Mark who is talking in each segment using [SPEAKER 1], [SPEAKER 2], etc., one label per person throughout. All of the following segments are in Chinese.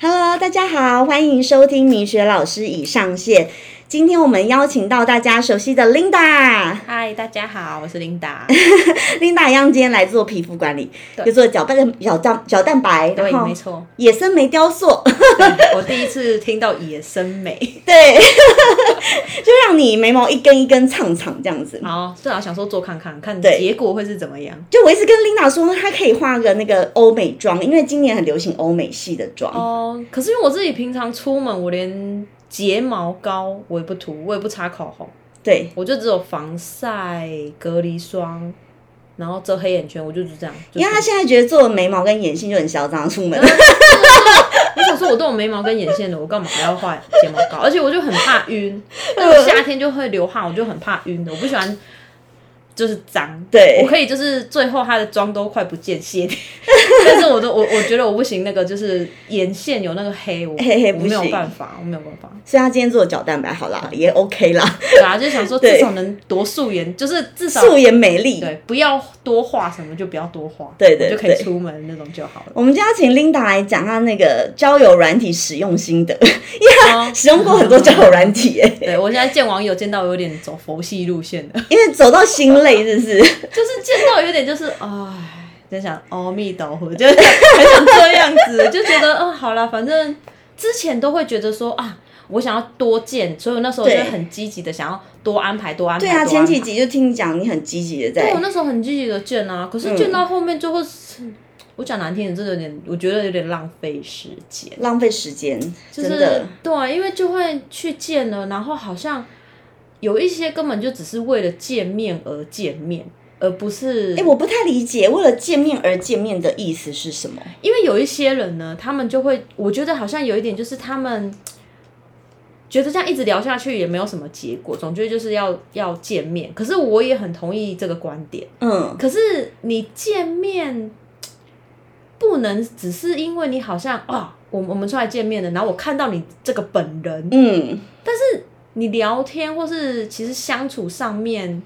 [SPEAKER 1] Hello，大家好，欢迎收听明雪老师已上线。今天我们邀请到大家熟悉的 Linda，Linda
[SPEAKER 2] 嗨，大家好，我是琳 达。
[SPEAKER 1] 一样今天来做皮肤管理，
[SPEAKER 2] 对
[SPEAKER 1] 就做角蛋角蛋角蛋白，
[SPEAKER 2] 对
[SPEAKER 1] 然，后
[SPEAKER 2] 没错，
[SPEAKER 1] 野生莓雕 塑，
[SPEAKER 2] 对我第一次听到野生 美，
[SPEAKER 1] 对， 就让你眉毛一根一根长长这样子。
[SPEAKER 2] 然后正好想说做看看，看
[SPEAKER 1] 对
[SPEAKER 2] 结果会是怎么样。
[SPEAKER 1] 就我一直跟 Linda 说，她可以画个那个欧美妆，因为今年很流行欧美系的妆。
[SPEAKER 2] 哦、可是因为我自己平常出门，我连睫毛膏我也不涂，我也不擦口红，
[SPEAKER 1] 对，
[SPEAKER 2] 我就只有防晒、隔离霜，然后遮黑眼圈，我就就这样。就
[SPEAKER 1] 因为她
[SPEAKER 2] 是
[SPEAKER 1] 现在觉得做眉毛跟眼线就很嚣张，出 门。
[SPEAKER 2] 我想说，我都有眉毛跟眼线了，我干嘛还要画睫毛膏？而且我就很怕晕，因为我夏天就会流汗，我就很怕晕的，我不喜欢就是脏。
[SPEAKER 1] 对
[SPEAKER 2] 我可以就是最后它的妆都快不见谢掉，但是我都我我觉得我不行，那个就是眼线有那个黑，我
[SPEAKER 1] 黑黑
[SPEAKER 2] 我
[SPEAKER 1] 不
[SPEAKER 2] 没有
[SPEAKER 1] 行
[SPEAKER 2] 办法，我没有办法。
[SPEAKER 1] 所以她今天做角蛋白好啦，也 OK 啦，
[SPEAKER 2] 对啊，就想说
[SPEAKER 1] 对
[SPEAKER 2] 至少能多素颜，就是至少
[SPEAKER 1] 素颜美丽。
[SPEAKER 2] 对不要多画什么，就不要多画，
[SPEAKER 1] 对对
[SPEAKER 2] 我就可以
[SPEAKER 1] 对
[SPEAKER 2] 出门那种就好 了。
[SPEAKER 1] 我们就要请 Linda 来讲她那个交友软体使用心 得，
[SPEAKER 2] 哦
[SPEAKER 1] 使用过很多交友软体耶、
[SPEAKER 2] 对我现在见网友见到有点走佛系路线的。
[SPEAKER 1] 因为走到心累，是不 是？
[SPEAKER 2] 就是见到有点就是唉，在想哦阿弥陀佛，就是 很想这样子，就觉得嗯，好啦，反正之前都会觉得说啊，我想要多见，所以我那时候就
[SPEAKER 1] 对
[SPEAKER 2] 很积极的想要多安排多安排。
[SPEAKER 1] 对啊，
[SPEAKER 2] 多安
[SPEAKER 1] 前
[SPEAKER 2] 排
[SPEAKER 1] 几。集就听你讲你很积极的
[SPEAKER 2] 对，啊
[SPEAKER 1] 在
[SPEAKER 2] 我，那时候很积极的见啊，可是
[SPEAKER 1] 嗯
[SPEAKER 2] 见到后面就会是，我讲难听点，真的有点，我觉得有点浪费时间。
[SPEAKER 1] 浪费时间，真
[SPEAKER 2] 就是嗯
[SPEAKER 1] 的。
[SPEAKER 2] 对，啊因为就会去见了，然后好像有一些根本就只是为了见面而见面，而不是
[SPEAKER 1] 哎、我不太理解为了见面而见面的意思是什么？
[SPEAKER 2] 因为有一些人呢，他们就会，我觉得好像有一点就是他们觉得这样一直聊下去也没有什么结果，总觉得就是要要见面。可是我也很同意这个观点。
[SPEAKER 1] 嗯，
[SPEAKER 2] 可是你见面不能只是因为你好像啊，我我们出来见面了，然后我看到你这个本人，
[SPEAKER 1] 嗯，
[SPEAKER 2] 你聊天或是其实相处上面。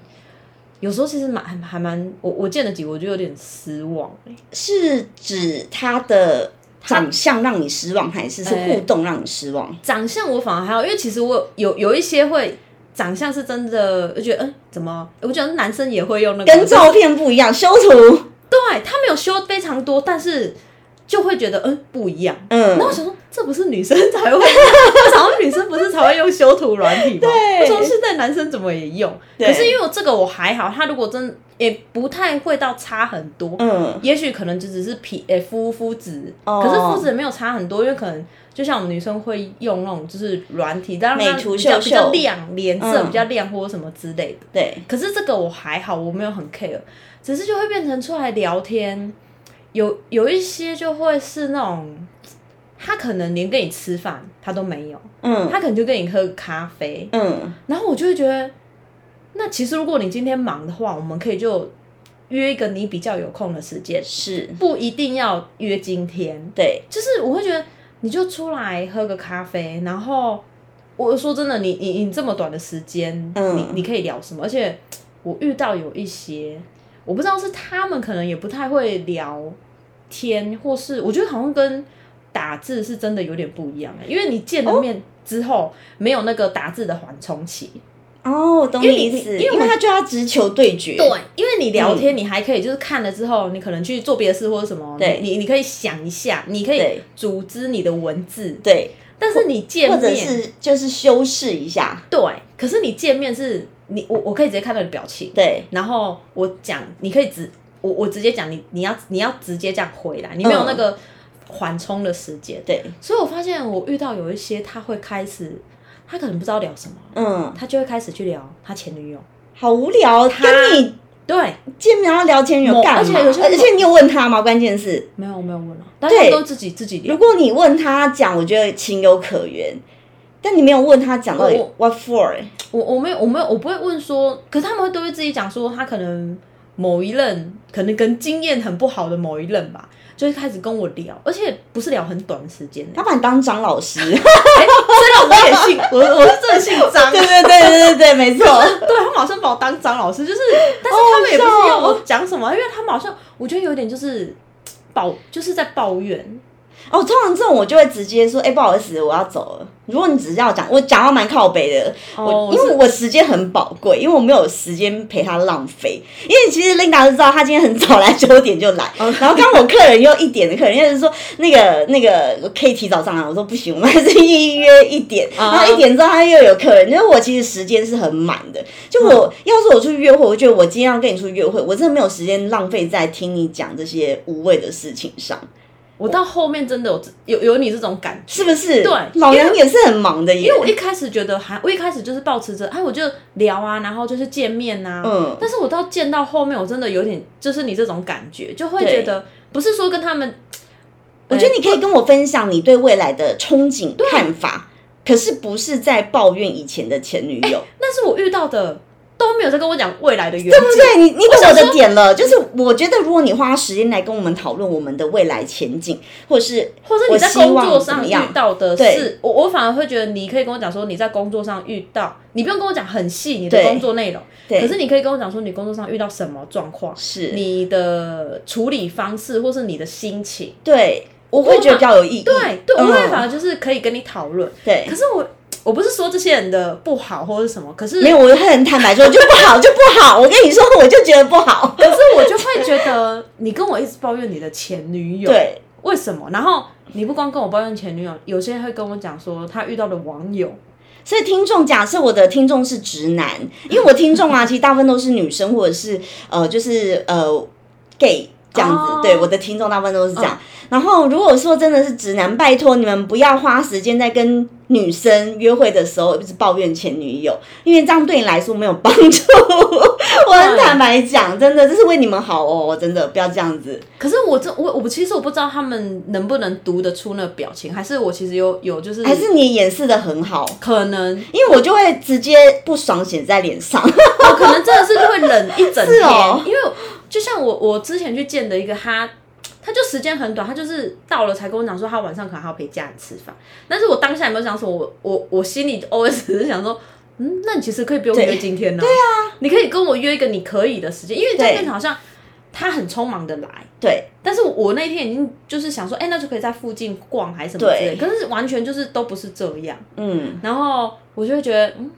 [SPEAKER 2] 有时候其实蛮还还蛮，我我见了几个我就有点失望、欸
[SPEAKER 1] 是指他的长相让你失望，还是是
[SPEAKER 2] 哎
[SPEAKER 1] 互动让你失望？
[SPEAKER 2] 长相我反而还好，因为其实我有有一些会长相是真的，我觉得嗯、怎么？我觉得男生也会用那个
[SPEAKER 1] 跟照片不一样，修图，
[SPEAKER 2] 对他没有修非常多，但是就会觉得嗯、不一样。然后我
[SPEAKER 1] 嗯，
[SPEAKER 2] 想说，这不是女生才会，我想说女生不是才会用修图软体吗？
[SPEAKER 1] 对
[SPEAKER 2] 我说现在男生怎么也用？
[SPEAKER 1] 对
[SPEAKER 2] 可是因为我这个我还好，他如果真也不太会到差很多，
[SPEAKER 1] 嗯，
[SPEAKER 2] 也许可能就只是皮诶、肤肤质，
[SPEAKER 1] 哦
[SPEAKER 2] 可是肤质没有差很多，因为可能就像我们女生会用那种就是软体，当然
[SPEAKER 1] 美图
[SPEAKER 2] 比较
[SPEAKER 1] 秀秀
[SPEAKER 2] 比较亮，脸色
[SPEAKER 1] 嗯
[SPEAKER 2] 比较亮或什么之类的。
[SPEAKER 1] 对，
[SPEAKER 2] 可是这个我还好，我没有很 care，只是就会变成出来聊天，有有一些就会是那种。他可能连跟你吃饭他都没有，
[SPEAKER 1] 嗯
[SPEAKER 2] 他可能就跟你喝咖啡，
[SPEAKER 1] 嗯，
[SPEAKER 2] 然后我就会觉得，那其实如果你今天忙的话，我们可以就约一个你比较有空的时间，
[SPEAKER 1] 是，
[SPEAKER 2] 不一定要约今天，
[SPEAKER 1] 对，
[SPEAKER 2] 就是我会觉得你就出来喝个咖啡，然后我说真的，你你你这么短的时间，
[SPEAKER 1] 嗯
[SPEAKER 2] 你你可以聊什么？而且我遇到有一些，我不知道是他们可能也不太会聊天，或是我觉得好像跟打字是真的有点不一样、欸，因为你见了面之后、没有那个打字的缓冲期，
[SPEAKER 1] 哦，我懂你
[SPEAKER 2] 因为你
[SPEAKER 1] 意思，
[SPEAKER 2] 你因为
[SPEAKER 1] 因为他就要直球对决，
[SPEAKER 2] 对，因为你聊天，你还可以就是看了之后，你可能去做别的事或者什么，
[SPEAKER 1] 对
[SPEAKER 2] 你你你可以想一下，你可以
[SPEAKER 1] 对
[SPEAKER 2] 组织你的文字，
[SPEAKER 1] 对，
[SPEAKER 2] 但是你见
[SPEAKER 1] 或
[SPEAKER 2] 面，
[SPEAKER 1] 者是就是修饰一下，
[SPEAKER 2] 对，可是你见面是你我我可以直接看到你的表情，
[SPEAKER 1] 对，
[SPEAKER 2] 然后我讲，你可以直我我直接讲，你你要你要直接这样回来，你没有
[SPEAKER 1] 嗯
[SPEAKER 2] 那个缓冲的时间，
[SPEAKER 1] 对，
[SPEAKER 2] 所以我发现我遇到有一些他会开始，他可能不知道聊什么，
[SPEAKER 1] 嗯，
[SPEAKER 2] 他就会开始去聊他前女友，
[SPEAKER 1] 好无聊，
[SPEAKER 2] 他
[SPEAKER 1] 跟你
[SPEAKER 2] 对，
[SPEAKER 1] 见面要聊天有
[SPEAKER 2] 某
[SPEAKER 1] 干嘛？
[SPEAKER 2] 而且有些
[SPEAKER 1] 而且你有问他吗？关键是，
[SPEAKER 2] 没有没有问了，但是他
[SPEAKER 1] 对
[SPEAKER 2] 都自己自己聊
[SPEAKER 1] 如。果你问他讲，我觉得情有可原，但你没有问他讲到底
[SPEAKER 2] 我
[SPEAKER 1] what for？欸
[SPEAKER 2] 我我没有我没有我不会问说，可是他们会都会自己讲说，他可能某一任可能跟经验很不好的某一任吧，就会开始跟我聊，而且不是聊很短的时间、欸，
[SPEAKER 1] 他把你当张老 师，
[SPEAKER 2] 虽然我也姓我我是真的姓张，
[SPEAKER 1] 对对对对对对，没 错，
[SPEAKER 2] 对他们好像把我当张老师，就是但是他们也不是要我讲什么，因为他们好像我觉得有点就是抱就是在抱怨，
[SPEAKER 1] 哦，通常这种我就会直接说，哎、不好意思，我要走了。如果你只是要讲，我讲到蛮靠北的，
[SPEAKER 2] 哦
[SPEAKER 1] 我因为我时间很宝贵，因为我没有时间陪他浪费。因为其实琳达都知道，她今天很早来，九点就来，
[SPEAKER 2] 哦
[SPEAKER 1] 然后刚我客人又一点的客人，就是说那个那个我可以提早上来，我说不行，我们还是预约一点。然
[SPEAKER 2] 啊
[SPEAKER 1] 后一点之后他又有客人，因为我其实时间是很满的。就
[SPEAKER 2] 嗯
[SPEAKER 1] 我、要是我出去约会，我觉得我今天要跟你出去约会，我真的没有时间浪费在听你讲这些无谓的事情上，
[SPEAKER 2] 我到后面真的有有有你这种感觉，
[SPEAKER 1] 是不是？
[SPEAKER 2] 对
[SPEAKER 1] 老娘也是很忙的耶。
[SPEAKER 2] 因为我一开始觉得还，我一开始就是保持着，哎，我就聊啊，然后就是见面啊呐、
[SPEAKER 1] 嗯
[SPEAKER 2] 但是我到见到后面，我真的有点就是你这种感觉，就会觉得不是说跟他们，
[SPEAKER 1] 我觉得你可以跟我分享你对未来的憧憬看法，可是不是在抱怨以前的前女友，
[SPEAKER 2] 但是我遇到的都没有在跟我讲未来的远
[SPEAKER 1] 对
[SPEAKER 2] 景
[SPEAKER 1] 不，对？你你懂我
[SPEAKER 2] 想
[SPEAKER 1] 的点了，就是我觉得如果你花时间来跟我们讨论我们的未来前景，或是
[SPEAKER 2] 或者
[SPEAKER 1] 我
[SPEAKER 2] 你在
[SPEAKER 1] 希望
[SPEAKER 2] 工作
[SPEAKER 1] 怎么
[SPEAKER 2] 上
[SPEAKER 1] 样
[SPEAKER 2] 遇到的
[SPEAKER 1] 对
[SPEAKER 2] 事，我我反而会觉得你可以跟我讲说你在工作上遇到，你不用跟我讲很细你的
[SPEAKER 1] 对
[SPEAKER 2] 工作内容，
[SPEAKER 1] 对
[SPEAKER 2] 可是你可以跟我讲说你工作上遇到什么状况，
[SPEAKER 1] 是
[SPEAKER 2] 你的处理方式或是你的心情。
[SPEAKER 1] 对，我会觉得比较有意义。
[SPEAKER 2] 对对，
[SPEAKER 1] 嗯
[SPEAKER 2] 我会反而就是可以跟你讨论。
[SPEAKER 1] 对
[SPEAKER 2] 可。是我我不是说这些人的不好或者什么，可是
[SPEAKER 1] 没有，我很坦白说，就不好，就不好。我跟你说，我就觉得不好。
[SPEAKER 2] 可是我就会觉得你跟我一直抱怨你的前女友，
[SPEAKER 1] 对，
[SPEAKER 2] 为什么？然后你不光跟我抱怨前女友，有些人会跟我讲说他遇到的网友，
[SPEAKER 1] 所以听众，假设我的听众是直男，因为我听众啊，其实大部分都是女生或者是呃，就是呃 gay 这样子。
[SPEAKER 2] 哦
[SPEAKER 1] 对，我的听众大部分都是这样。然后如果说真的是直男，拜托你们不要花时间在跟女生约会的时候一直抱怨前女友，因为这样对你来说没有帮助。 我很坦白讲，真的，这是为你们好哦，真的不要这样子。
[SPEAKER 2] 可是我这我我其实我不知道他们能不能读得出那表情，还是我其实有有就是
[SPEAKER 1] 还是你掩饰的很好。
[SPEAKER 2] 可能
[SPEAKER 1] 因为我就会直接不爽写在脸上，
[SPEAKER 2] 我哦可能真的是会冷一整
[SPEAKER 1] 是
[SPEAKER 2] 天，
[SPEAKER 1] 哦
[SPEAKER 2] 因为就像我我之前去见的一个他，他就时间很短，他就是到了才跟我讲说他晚上可能还要陪家人吃饭，但是我当下也没有想说我我我心里 always 只是想说。嗯，那你其实可以不用约今天呢、对啊，你可以跟我约一个你可以的时间，因为这
[SPEAKER 1] 对
[SPEAKER 2] 变成好像他很匆忙的来，
[SPEAKER 1] 对，
[SPEAKER 2] 但是我那天已经就是想说，哎、那就可以在附近逛还是什么之类的，可是完全就是都不是这样，
[SPEAKER 1] 嗯，
[SPEAKER 2] 然后我就会觉得，嗯，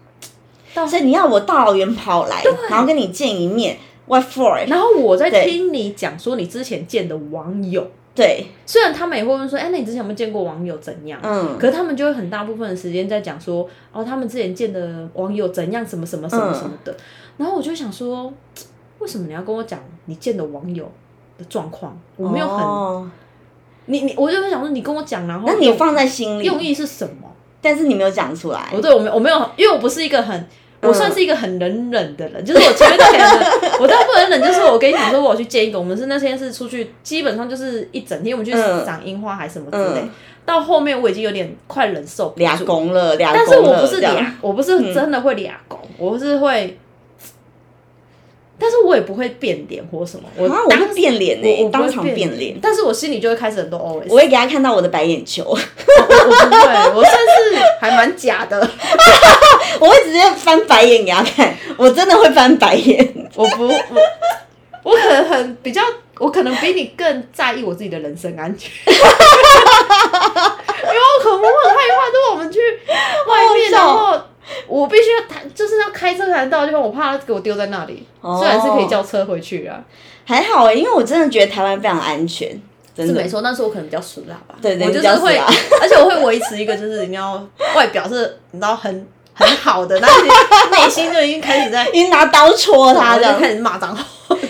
[SPEAKER 2] 到
[SPEAKER 1] 所以你要我大老远跑来，然后跟你见一面，what for？
[SPEAKER 2] 然后我在
[SPEAKER 1] 对
[SPEAKER 2] 听你讲说你之前见的网友，
[SPEAKER 1] 对，
[SPEAKER 2] 虽然他们也会问说，哎，那你之前有没有见过网友怎样？
[SPEAKER 1] 嗯，
[SPEAKER 2] 可是他们就会很大部分的时间在讲说，哦，他们之前见的网友怎样，什么什么什么什么的。
[SPEAKER 1] 嗯
[SPEAKER 2] 然后我就想说，嘖为什么你要跟我讲你见的网友的状况？我没有很，
[SPEAKER 1] 哦
[SPEAKER 2] 你你，我就会想说，你跟我讲，然后
[SPEAKER 1] 那你
[SPEAKER 2] 用
[SPEAKER 1] 放在心里，
[SPEAKER 2] 用意是什么？
[SPEAKER 1] 但是你没有讲出来
[SPEAKER 2] 哦我。对我没我没有，因为我不是一个很，我
[SPEAKER 1] 嗯
[SPEAKER 2] 算是一个很能忍的人，就是我前面都可以忍，我当然不能忍，就是我跟你讲说，我有去见一个，我们是那天是出去，基本上就是一整天，我们去
[SPEAKER 1] 嗯
[SPEAKER 2] 赏樱花还是什么之类，
[SPEAKER 1] 嗯，
[SPEAKER 2] 到后面我已经有点快忍受不
[SPEAKER 1] 俩
[SPEAKER 2] 住，
[SPEAKER 1] 公了，俩公
[SPEAKER 2] 但
[SPEAKER 1] 了，
[SPEAKER 2] 是我不是
[SPEAKER 1] 这样嗯
[SPEAKER 2] 俩，我不是真的会俩拱，我是会。但是我也不会变脸或什么，我
[SPEAKER 1] 啊，我
[SPEAKER 2] 当
[SPEAKER 1] 会变脸
[SPEAKER 2] 我
[SPEAKER 1] 呢，
[SPEAKER 2] 我不会
[SPEAKER 1] 当场变脸，，
[SPEAKER 2] 但是我心里就会开始很多 OS，
[SPEAKER 1] 我会给他看到我的白眼球，
[SPEAKER 2] 我我不会，我算是还蛮假的，
[SPEAKER 1] 我会直接翻白眼给他看，我真的会翻白眼。
[SPEAKER 2] 我不，我我可能很比较，我可能比你更在意我自己的人身安全， 因为我可能我很害怕，如果我们去外面，然
[SPEAKER 1] 好好
[SPEAKER 2] 后我必须要谈，就是要开车才能到的地方，我怕他给我丢在那里。
[SPEAKER 1] 哦
[SPEAKER 2] 虽然是可以叫车回去啊，
[SPEAKER 1] 还好哎，因为我真的觉得台湾非常安全，真
[SPEAKER 2] 是
[SPEAKER 1] 的
[SPEAKER 2] 没。错，但是我可能比较俗辣吧，
[SPEAKER 1] 对对
[SPEAKER 2] 我就
[SPEAKER 1] 你比
[SPEAKER 2] 是
[SPEAKER 1] 较俗啊
[SPEAKER 2] 会
[SPEAKER 1] 辣，
[SPEAKER 2] 而且我会维持一个就是你要外表是你知道很很好的，但是内心就已经开始在。
[SPEAKER 1] 你拿刀戳他这
[SPEAKER 2] 然后
[SPEAKER 1] 样
[SPEAKER 2] 哦就，开始骂脏话，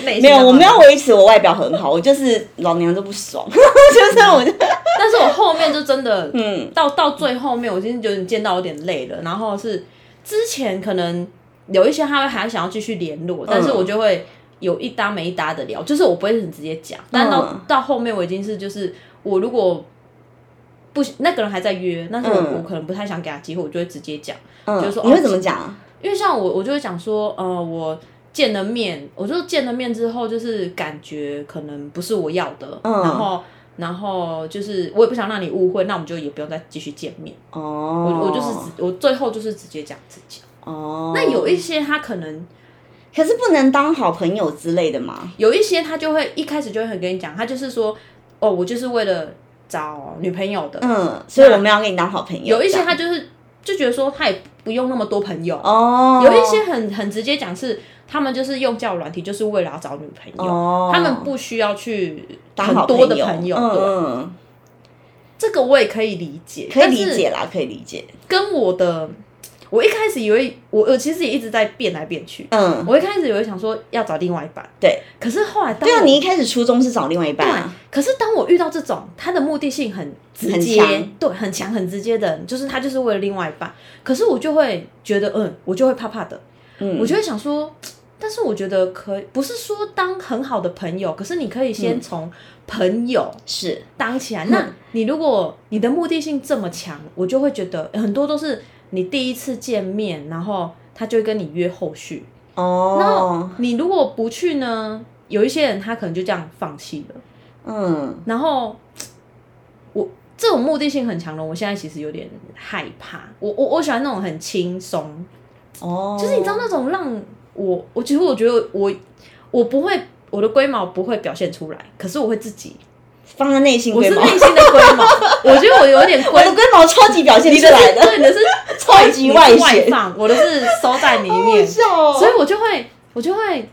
[SPEAKER 2] 内心
[SPEAKER 1] 没有，
[SPEAKER 2] 在
[SPEAKER 1] 我
[SPEAKER 2] 骂
[SPEAKER 1] 没
[SPEAKER 2] 脏
[SPEAKER 1] 有
[SPEAKER 2] 话
[SPEAKER 1] 维持我外表很好，我就是老娘都不爽， 就是
[SPEAKER 2] 嗯
[SPEAKER 1] 我就
[SPEAKER 2] 但是我后面就真的，
[SPEAKER 1] 嗯
[SPEAKER 2] 嗯，到到最后面，我已经有点见到有点累了。然后是之前可能有一些他会还想要继续联络，但是
[SPEAKER 1] 嗯
[SPEAKER 2] 我就会有一搭没一搭的聊，就是我不会很直接讲。但到、
[SPEAKER 1] 嗯
[SPEAKER 2] 到后面我已经是就是我如果不那个人还在约，但是我、
[SPEAKER 1] 嗯
[SPEAKER 2] 我可能不太想给他机会，我就会直接讲。
[SPEAKER 1] 嗯，
[SPEAKER 2] 就说哦
[SPEAKER 1] 你会怎么讲啊？
[SPEAKER 2] 因为像我，我就会讲说，呃，我见了面，我就见了面之后，就是感觉可能不是我要的，
[SPEAKER 1] 嗯
[SPEAKER 2] 然后，然后就是我也不想让你误会，那我们就也不用再继续见面。
[SPEAKER 1] 哦，
[SPEAKER 2] 我我就是直我最后就是直接讲自己。
[SPEAKER 1] 哦，
[SPEAKER 2] 那有一些他可能
[SPEAKER 1] 可是不能当好朋友之类的嘛？
[SPEAKER 2] 有一些他就会一开始就会很跟你讲，他就是说，哦，我就是为了找女朋友的，
[SPEAKER 1] 嗯，所以我们要跟你当好朋友。
[SPEAKER 2] 有一
[SPEAKER 1] 这
[SPEAKER 2] 些
[SPEAKER 1] 样
[SPEAKER 2] 他就是就觉得说他也不用那么多朋友，
[SPEAKER 1] 哦，
[SPEAKER 2] 有一些很很直接讲是他们就是用交友软体就是为了要找女朋友，
[SPEAKER 1] 哦，
[SPEAKER 2] 他们不需要去
[SPEAKER 1] 当
[SPEAKER 2] 很
[SPEAKER 1] 好
[SPEAKER 2] 多的
[SPEAKER 1] 朋
[SPEAKER 2] 朋友，
[SPEAKER 1] 嗯
[SPEAKER 2] 对，
[SPEAKER 1] 嗯，
[SPEAKER 2] 这个我也可以理解，
[SPEAKER 1] 可以理解啦，可以理解。
[SPEAKER 2] 跟我的，我一开始以为我我其实也一直在变来变去，
[SPEAKER 1] 嗯，
[SPEAKER 2] 我一开始以为想说要找另外一半，
[SPEAKER 1] 对，
[SPEAKER 2] 可是后来当
[SPEAKER 1] 对啊，
[SPEAKER 2] 我
[SPEAKER 1] 你一开始初衷是找另外一半啊，
[SPEAKER 2] 可是当我遇到这种他的目的性很直接
[SPEAKER 1] 很强，
[SPEAKER 2] 对，很强很直接的人，就是他就是为了另外一半，可是我就会觉得，嗯，我就会怕怕的，
[SPEAKER 1] 嗯，
[SPEAKER 2] 我就会想说。但是我觉得可以，不是说当很好的朋友，可是你可以
[SPEAKER 1] 嗯
[SPEAKER 2] 先从朋友
[SPEAKER 1] 是
[SPEAKER 2] 当起来。那你如果你的目的性这么强，我就会觉得很多都是你第一次见面，然后他就会跟你约后续。
[SPEAKER 1] 哦，
[SPEAKER 2] 你如果不去呢，有一些人他可能就这样放弃了。
[SPEAKER 1] 嗯，
[SPEAKER 2] 然后我这种目的性很强的，我现在其实有点害怕。我我我喜欢那种很轻松，
[SPEAKER 1] 哦，
[SPEAKER 2] 就是你知道那种让我我其实我觉得我我不会我的龟毛不会表现出来，可是我会自己，
[SPEAKER 1] 放在内心
[SPEAKER 2] 我
[SPEAKER 1] 龟
[SPEAKER 2] 是
[SPEAKER 1] 毛
[SPEAKER 2] 内，心的龟 毛。我觉得我有点
[SPEAKER 1] 我
[SPEAKER 2] 龟
[SPEAKER 1] 的龟毛超级表现
[SPEAKER 2] 你
[SPEAKER 1] 出
[SPEAKER 2] 的
[SPEAKER 1] 来
[SPEAKER 2] 是
[SPEAKER 1] 的，
[SPEAKER 2] 对，你的是
[SPEAKER 1] 超级外
[SPEAKER 2] 你是
[SPEAKER 1] 显
[SPEAKER 2] 放，我的是收在里
[SPEAKER 1] 好好
[SPEAKER 2] 面，
[SPEAKER 1] 笑 哦
[SPEAKER 2] 所以我就会我就会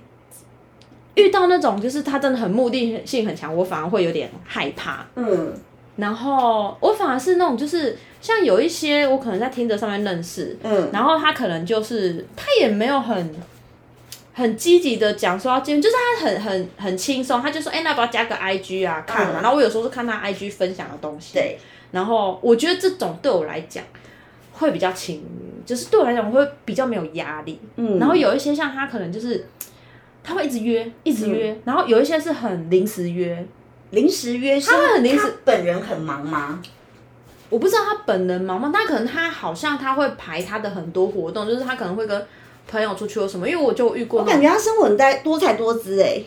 [SPEAKER 2] 遇到那种就是他真的很目的性很强，我反而会有点害怕。
[SPEAKER 1] 嗯
[SPEAKER 2] 然后我反而是那种就是像有一些我可能在听着上面认识，
[SPEAKER 1] 嗯，
[SPEAKER 2] 然后他可能就是他也没有很。很积极的讲说要见面，就是他很很很轻松，他就说，哎、那要不要加个 IG 啊，看
[SPEAKER 1] 嗯
[SPEAKER 2] 啊。然后我有时候是看他 IG 分享的东西，
[SPEAKER 1] 对，
[SPEAKER 2] 然后我觉得这种对我来讲会比较轻，就是对我来讲会比较没有压力。
[SPEAKER 1] 嗯，
[SPEAKER 2] 然后有一些像他可能就是他会一直约，一直约，然后有一些是很临时约，
[SPEAKER 1] 临时约是
[SPEAKER 2] 他会很临时
[SPEAKER 1] 他本人很忙吗？
[SPEAKER 2] 我不知道他本人忙吗？但可能他好像他会排他的很多活动，就是他可能会跟朋友出去或什么，因为我就遇过
[SPEAKER 1] 我
[SPEAKER 2] 那
[SPEAKER 1] 感
[SPEAKER 2] 种，
[SPEAKER 1] 觉他生活很多多才多姿哎、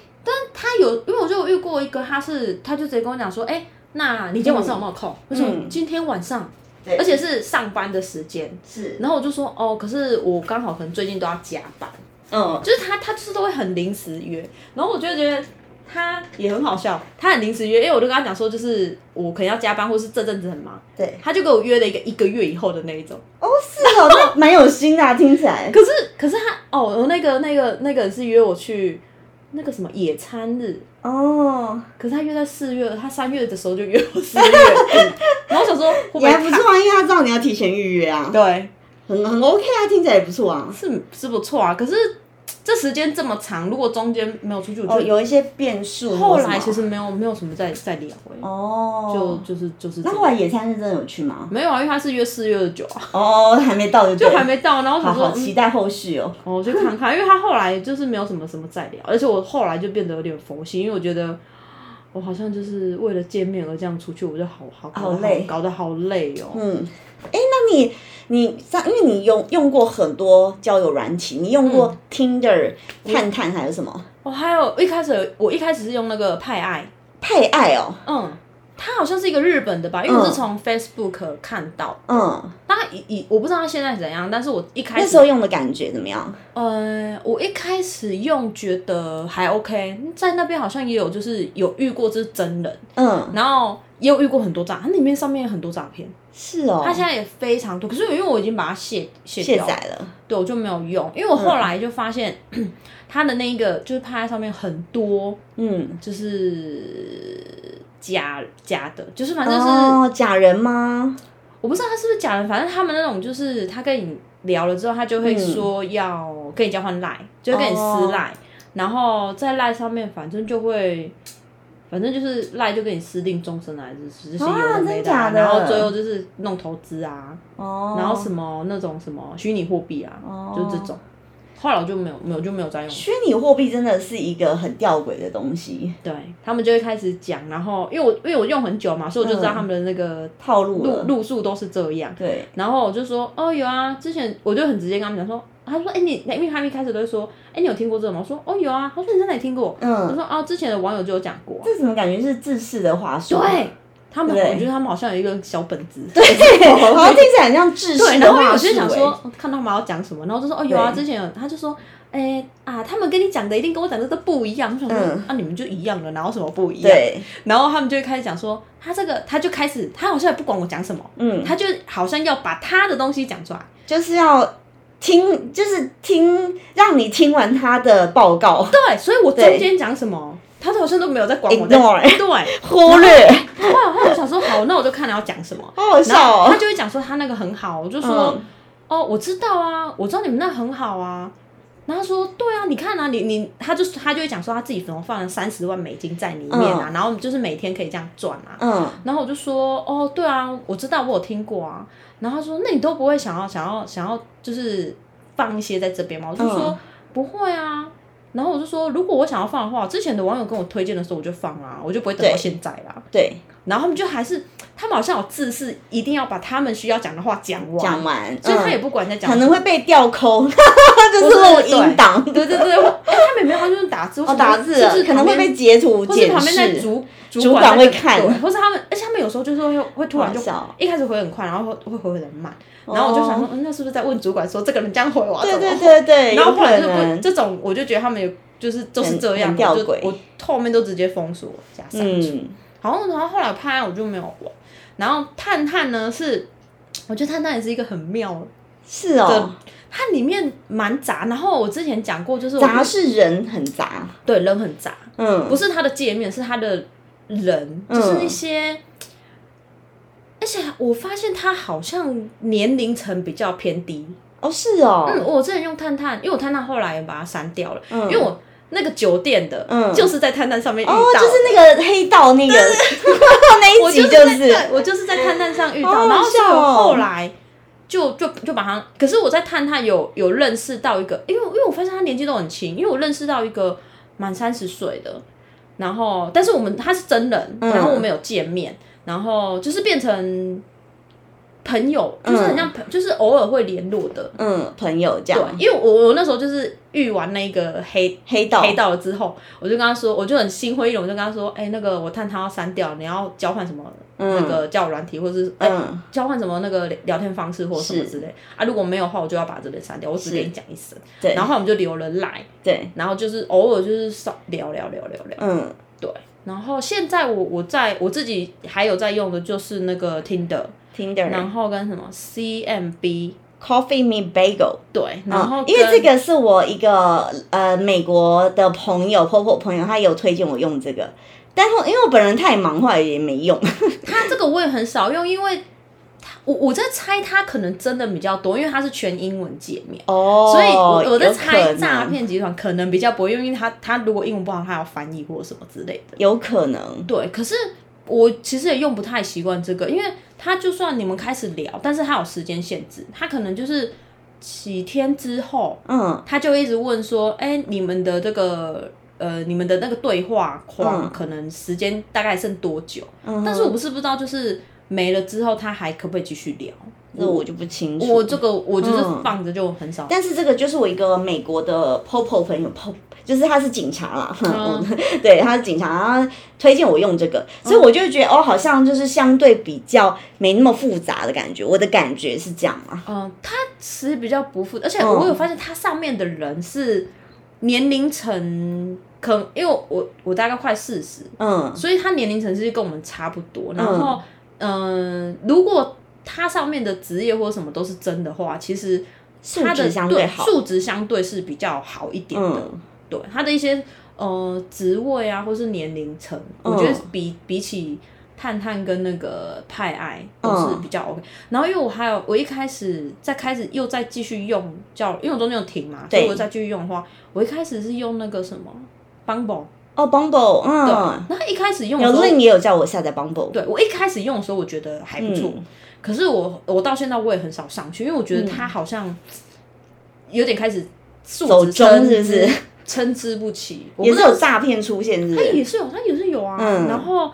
[SPEAKER 2] 他有，因为我就有遇过一个，他是他就直接跟我讲说，哎、那你今天晚上有没有空？我说
[SPEAKER 1] 嗯
[SPEAKER 2] 今天晚上，
[SPEAKER 1] 对
[SPEAKER 2] 而且是上班的时间，
[SPEAKER 1] 是
[SPEAKER 2] 然后我就说哦，可是我刚好可能最近都要加班，
[SPEAKER 1] 嗯
[SPEAKER 2] 就是他他就是都会很临时约，然后我就觉得他也很好笑，他很临时约，因为我就跟他讲说，就是我可能要加班或是这阵子很忙，
[SPEAKER 1] 对
[SPEAKER 2] 他就给我约了一个一个月以后的那一种。
[SPEAKER 1] 哦是哦，那蛮有心的、啊，听起来
[SPEAKER 2] 可是可是他哦，那个那个那个人是约我去那个什么野餐日，
[SPEAKER 1] 哦
[SPEAKER 2] 可是他约在四月，他三月的时候就约我四月底，然后我想说会不
[SPEAKER 1] 也
[SPEAKER 2] 会
[SPEAKER 1] 还不
[SPEAKER 2] 太
[SPEAKER 1] 错啊，因为他知道你要提前预约啊，
[SPEAKER 2] 对，
[SPEAKER 1] 很很 OK 啊，听起来也不错啊。
[SPEAKER 2] 是是不错啊，可是这时间这么长，如果中间没有出去，我
[SPEAKER 1] 哦，
[SPEAKER 2] 就
[SPEAKER 1] 有一些变数。
[SPEAKER 2] 后
[SPEAKER 1] 或什么
[SPEAKER 2] 来其实没有没有什么再再聊哎、就
[SPEAKER 1] 哦，
[SPEAKER 2] 就是就是这
[SPEAKER 1] 那
[SPEAKER 2] 样
[SPEAKER 1] 后来野餐是真的有去 吗？
[SPEAKER 2] 没有啊，因为他是约四月二九啊，
[SPEAKER 1] 哦，还没到就
[SPEAKER 2] 就
[SPEAKER 1] 就
[SPEAKER 2] 还没到，然后我
[SPEAKER 1] 好
[SPEAKER 2] 想说嗯
[SPEAKER 1] 好期待后续哦。
[SPEAKER 2] 哦，我去看看，因为他后来就是没有什么什么再聊，而且我后来就变得有点佛系，因为我觉得我好像就是为了见面而这样出去，我就好好搞得
[SPEAKER 1] 好累
[SPEAKER 2] 搞得好累哦。
[SPEAKER 1] 嗯，哎，那你你上，因为你用用过很多交友软体，你用过 Tinder、探探还有什么
[SPEAKER 2] 我、哦还有一开始有我一开始是用那个派爱，
[SPEAKER 1] 配爱哦？
[SPEAKER 2] 嗯，它好像是一个日本的吧，因为我是从 Facebook 看到，
[SPEAKER 1] 嗯，
[SPEAKER 2] 那以以我不知道它现在怎样，但是我一开
[SPEAKER 1] 那
[SPEAKER 2] 始
[SPEAKER 1] 时候用的感觉怎么样？
[SPEAKER 2] 呃，我一开始用觉得还 OK，在那边好像也有就是有遇过就是真人，
[SPEAKER 1] 嗯，
[SPEAKER 2] 然后也有遇过很多诈，它里面上面有很多诈骗，
[SPEAKER 1] 是哦，
[SPEAKER 2] 它现在也非常多。可是因为我已经把它卸卸
[SPEAKER 1] 卸
[SPEAKER 2] 掉
[SPEAKER 1] 载了。
[SPEAKER 2] 对我就没有用，因为我后来就发现、 它的那个就是趴在上面很多
[SPEAKER 1] 嗯，
[SPEAKER 2] 就是假假的，就是反正是、
[SPEAKER 1] 哦，假人吗？
[SPEAKER 2] 我不知道他是不是假人，反正他们那种就是他跟你聊了之后，他就会说要跟你交换赖，就会跟你
[SPEAKER 1] 哦
[SPEAKER 2] 私赖，然后在赖上面反正就会，反正就是赖就跟你私定终身啊还是实行
[SPEAKER 1] 啊
[SPEAKER 2] 有的没的,、
[SPEAKER 1] 真假的
[SPEAKER 2] 然后最后就是弄投资啊，
[SPEAKER 1] 哦，
[SPEAKER 2] 然后什么那种什么虚拟货币啊，
[SPEAKER 1] 哦
[SPEAKER 2] 就这种。后来我就没有没有就没有再用，
[SPEAKER 1] 虚拟货币真的是一个很吊诡的东西，
[SPEAKER 2] 对他们就会开始讲，然后因为我因为我用很久嘛，所以我就知道他们的那个
[SPEAKER 1] 套路
[SPEAKER 2] 路
[SPEAKER 1] 嗯了。
[SPEAKER 2] 路数都是这样。
[SPEAKER 1] 对，
[SPEAKER 2] 然后我就说，哦，有啊，之前我就很直接跟他们讲说，他说，哎、你，因为他们一开始都会说，哎、你有听过这个吗？我说，哦，有啊。他说，你在哪里听过？我哦
[SPEAKER 1] 嗯，
[SPEAKER 2] 说，啊，之前的网友就有讲过啊、
[SPEAKER 1] 这怎么感觉是自视的话术？
[SPEAKER 2] 对，他们
[SPEAKER 1] 对不对
[SPEAKER 2] 我觉得他们好像有一个小本子，
[SPEAKER 1] 对， 好像听起来很像制
[SPEAKER 2] 对，
[SPEAKER 1] 式
[SPEAKER 2] 然
[SPEAKER 1] 的
[SPEAKER 2] 后我
[SPEAKER 1] 话
[SPEAKER 2] 就
[SPEAKER 1] 术、
[SPEAKER 2] 想
[SPEAKER 1] 欸。
[SPEAKER 2] 说，哦看到他们要讲什么，然后就说哦有啊，
[SPEAKER 1] 对
[SPEAKER 2] 之前有，他就说，哎、啊，他们跟你讲的一定跟我讲的都不一样，我想说、
[SPEAKER 1] 嗯
[SPEAKER 2] 啊你们就一样了，哪有什么不一样？
[SPEAKER 1] 对，
[SPEAKER 2] 然后他们就会开始讲说，他这个他就开始，他好像也不管我讲什么，
[SPEAKER 1] 嗯，
[SPEAKER 2] 他就好像要把他的东西讲出来，
[SPEAKER 1] 就是要听，就是听，让你听完他的报告，
[SPEAKER 2] 对，所以我
[SPEAKER 1] 对
[SPEAKER 2] 中间讲什么，他好像都没有在管我在
[SPEAKER 1] Ignore
[SPEAKER 2] 对，后
[SPEAKER 1] 忽略，
[SPEAKER 2] 来后来我想说好，那我就看他要讲什么，
[SPEAKER 1] 好好
[SPEAKER 2] 然
[SPEAKER 1] 笑
[SPEAKER 2] 后
[SPEAKER 1] 哦
[SPEAKER 2] 他。就会讲说他那个很好，我就说。
[SPEAKER 1] 嗯，
[SPEAKER 2] 哦，我知道啊，我知道你们那很好啊。然后他说，对啊，你看啊，你你，他就他就会讲说他自己怎么放了三十万美金在里面啊，然后就是每天可以这样赚啊。
[SPEAKER 1] 嗯，
[SPEAKER 2] 然后我就说，哦，对啊，我知道，我有听过啊。然后他说，那你都不会想要想要想要就是放一些在这边吗？我就说、
[SPEAKER 1] 嗯
[SPEAKER 2] 不会啊。然后我就说，如果我想要放的话，之前的网友跟我推荐的时候我就放啊，我就不会等到
[SPEAKER 1] 对
[SPEAKER 2] 现在啦。
[SPEAKER 1] 对，
[SPEAKER 2] 然后他们就还是，他们好像有自私，一定要把他们需要讲的话讲完。啊
[SPEAKER 1] 讲完，
[SPEAKER 2] 所以他也
[SPEAKER 1] 嗯
[SPEAKER 2] 不管人家讲
[SPEAKER 1] 可
[SPEAKER 2] 什
[SPEAKER 1] 能
[SPEAKER 2] 么，
[SPEAKER 1] 会被吊空， 就是
[SPEAKER 2] 不是
[SPEAKER 1] 录音档，
[SPEAKER 2] 对对对，我哎、他们也没有，他就是打字，或
[SPEAKER 1] 哦，
[SPEAKER 2] 是
[SPEAKER 1] 打字
[SPEAKER 2] 就是
[SPEAKER 1] 可能会被
[SPEAKER 2] 旁边，
[SPEAKER 1] 截图
[SPEAKER 2] 或是
[SPEAKER 1] 检
[SPEAKER 2] 旁边在
[SPEAKER 1] 视，
[SPEAKER 2] 主
[SPEAKER 1] 主管
[SPEAKER 2] 管在
[SPEAKER 1] 会
[SPEAKER 2] 那
[SPEAKER 1] 看
[SPEAKER 2] 对，或是他们，而且他们有时候就是会会突然就
[SPEAKER 1] 好笑哦
[SPEAKER 2] 一开始回很快，然后会会回很慢，然后我就想说，嗯，那是不是在问主管说这个人这样回我、啊？
[SPEAKER 1] 对
[SPEAKER 2] 怎么
[SPEAKER 1] 对对对，
[SPEAKER 2] 然后
[SPEAKER 1] 有
[SPEAKER 2] 后来
[SPEAKER 1] 可
[SPEAKER 2] 就不
[SPEAKER 1] 能，
[SPEAKER 2] 这种，我就觉得他们有就是就是
[SPEAKER 1] 很
[SPEAKER 2] 这样，
[SPEAKER 1] 很吊
[SPEAKER 2] 我就
[SPEAKER 1] 诡
[SPEAKER 2] 我后面都直接封锁加删除。
[SPEAKER 1] 嗯，
[SPEAKER 2] 好像然后后来判案我就没有玩，然后探探呢是，我觉得探探也是一个很妙的
[SPEAKER 1] 是哦，
[SPEAKER 2] 它里面蛮杂，然后我之前讲过，就是我
[SPEAKER 1] 杂是人很杂，
[SPEAKER 2] 对人很杂，
[SPEAKER 1] 嗯，
[SPEAKER 2] 不是它的界面，是它的人，
[SPEAKER 1] 嗯
[SPEAKER 2] 就是那些。而且我发现它好像年龄层比较偏低。
[SPEAKER 1] 哦是哦，
[SPEAKER 2] 嗯，我之前用探探，因为我探探后来也把它删掉了，
[SPEAKER 1] 嗯
[SPEAKER 2] 因为我那个酒店的，
[SPEAKER 1] 嗯
[SPEAKER 2] 就是在探探上面遇到
[SPEAKER 1] 哦
[SPEAKER 2] 的，
[SPEAKER 1] 就是那个黑道那个 那
[SPEAKER 2] 我
[SPEAKER 1] 一集
[SPEAKER 2] 是
[SPEAKER 1] 就
[SPEAKER 2] 在
[SPEAKER 1] 是，
[SPEAKER 2] 对我就是在探探上遇
[SPEAKER 1] 好
[SPEAKER 2] 到，
[SPEAKER 1] 好
[SPEAKER 2] 然后所以
[SPEAKER 1] 笑
[SPEAKER 2] 我
[SPEAKER 1] 哦
[SPEAKER 2] 后来就就就把他，可是我在探探有有认识到一个，因为因为我发现他年纪都很轻，因为我认识到一个满三十岁的，然后但是我们他是真人，
[SPEAKER 1] 嗯
[SPEAKER 2] 然后我们有见面，然后就是变成朋友，就是很像朋，就是偶尔会联络的。
[SPEAKER 1] 嗯，朋友这
[SPEAKER 2] 对
[SPEAKER 1] 样，，
[SPEAKER 2] 因为我我那时候就是遇完那个黑
[SPEAKER 1] 黑道，
[SPEAKER 2] 黑到了之后，我就跟他说，我就很心灰意冷，我就跟他说，哎、那个我探他要删掉，你要交换什么、
[SPEAKER 1] 嗯
[SPEAKER 2] 那个交友软体，或是哎、
[SPEAKER 1] 嗯，
[SPEAKER 2] 交换什么那个聊聊天方式或什么
[SPEAKER 1] 是
[SPEAKER 2] 之类啊，如果没有的话，我就要把这个删掉，我只
[SPEAKER 1] 是
[SPEAKER 2] 跟你讲一声。
[SPEAKER 1] 对
[SPEAKER 2] 然后我们就留了赖，
[SPEAKER 1] 对，
[SPEAKER 2] 然后就是偶尔就是少聊聊聊聊聊，
[SPEAKER 1] 嗯，
[SPEAKER 2] 对。然后现在我我在我自己还有在用的就是那个 Tinder，
[SPEAKER 1] Tinder
[SPEAKER 2] 然后跟什么 CMB，
[SPEAKER 1] Coffee Me Bagel。
[SPEAKER 2] 对，然后
[SPEAKER 1] 嗯，
[SPEAKER 2] 跟、
[SPEAKER 1] 因为这个是我一个呃美国的朋友，婆婆朋友，他有推荐我用这个，但后因为我本人太忙，后来也没用。
[SPEAKER 2] 他这个我也很少用，因为他我我在猜他可能真的比较多，因为它是全英文界面，
[SPEAKER 1] 哦
[SPEAKER 2] 所以我我在
[SPEAKER 1] 有可
[SPEAKER 2] 猜
[SPEAKER 1] 能
[SPEAKER 2] 诈骗集团可能比较不会用，因为他他如果英文不好，他要翻译或什么之类的。
[SPEAKER 1] 有可能，
[SPEAKER 2] 对，可是我其实也用不太习惯这个，因为他就算你们开始聊，但是他有时间限制，他可能就是几天之后，
[SPEAKER 1] 嗯，
[SPEAKER 2] 他就一直问说，哎、你们的这个。呃，你们的那个对话框
[SPEAKER 1] 嗯
[SPEAKER 2] 可能时间大概剩多久？
[SPEAKER 1] 嗯
[SPEAKER 2] 但是我不是不知道，就是没了之后，他还可不可以继续聊？
[SPEAKER 1] 这我就不清楚。
[SPEAKER 2] 我这个我就是
[SPEAKER 1] 嗯
[SPEAKER 2] 放着就很少。
[SPEAKER 1] 但是这个就是我一个美国的 Popo 朋友 p o 就是他是警察啦，
[SPEAKER 2] 嗯
[SPEAKER 1] 对，他是警察，然后推荐我用这个，所以我就觉得、哦，好像就是相对比较没那么复杂的感觉，我的感觉是这样啊，
[SPEAKER 2] 嗯，他其实比较不负，而且
[SPEAKER 1] 嗯
[SPEAKER 2] 我有发现他上面的人是年龄层，可能因为我我我大概快四十，
[SPEAKER 1] 嗯，
[SPEAKER 2] 所以他年龄层次跟我们差不多。然后，嗯、如果他上面的职业或什么都是真的话，其实
[SPEAKER 1] 素
[SPEAKER 2] 他的
[SPEAKER 1] 质相
[SPEAKER 2] 对
[SPEAKER 1] 好，
[SPEAKER 2] 数值相对是比较好一点的。
[SPEAKER 1] 嗯，
[SPEAKER 2] 对他的一些呃职位啊，或是年龄层，
[SPEAKER 1] 嗯
[SPEAKER 2] 我觉得比比起探探跟那个派爱
[SPEAKER 1] 嗯
[SPEAKER 2] 都是比较 OK。然后因为我还有我一开始在开始又再继续用叫，因为我中间有停嘛，所
[SPEAKER 1] 对
[SPEAKER 2] 以我再继续用的话，我一开始是用那个什么 Bumble，
[SPEAKER 1] 哦，Bumble，
[SPEAKER 2] 对，
[SPEAKER 1] 嗯，
[SPEAKER 2] 然后一开始用的
[SPEAKER 1] 有
[SPEAKER 2] 时候，
[SPEAKER 1] Lin 也有叫我下载 Bumble，
[SPEAKER 2] 对我一开始用的时候我觉得还不错，
[SPEAKER 1] 嗯
[SPEAKER 2] 可是我我到现在我也很少上去，因为我觉得它好像有点开始素
[SPEAKER 1] 嗯走
[SPEAKER 2] 质
[SPEAKER 1] 中
[SPEAKER 2] 参
[SPEAKER 1] 是不是
[SPEAKER 2] 差参差不齐，我不
[SPEAKER 1] 也
[SPEAKER 2] 知
[SPEAKER 1] 是
[SPEAKER 2] 道
[SPEAKER 1] 有诈骗出现，是不
[SPEAKER 2] 他
[SPEAKER 1] 是？
[SPEAKER 2] 也是有，他也是有啊。
[SPEAKER 1] 嗯
[SPEAKER 2] 然后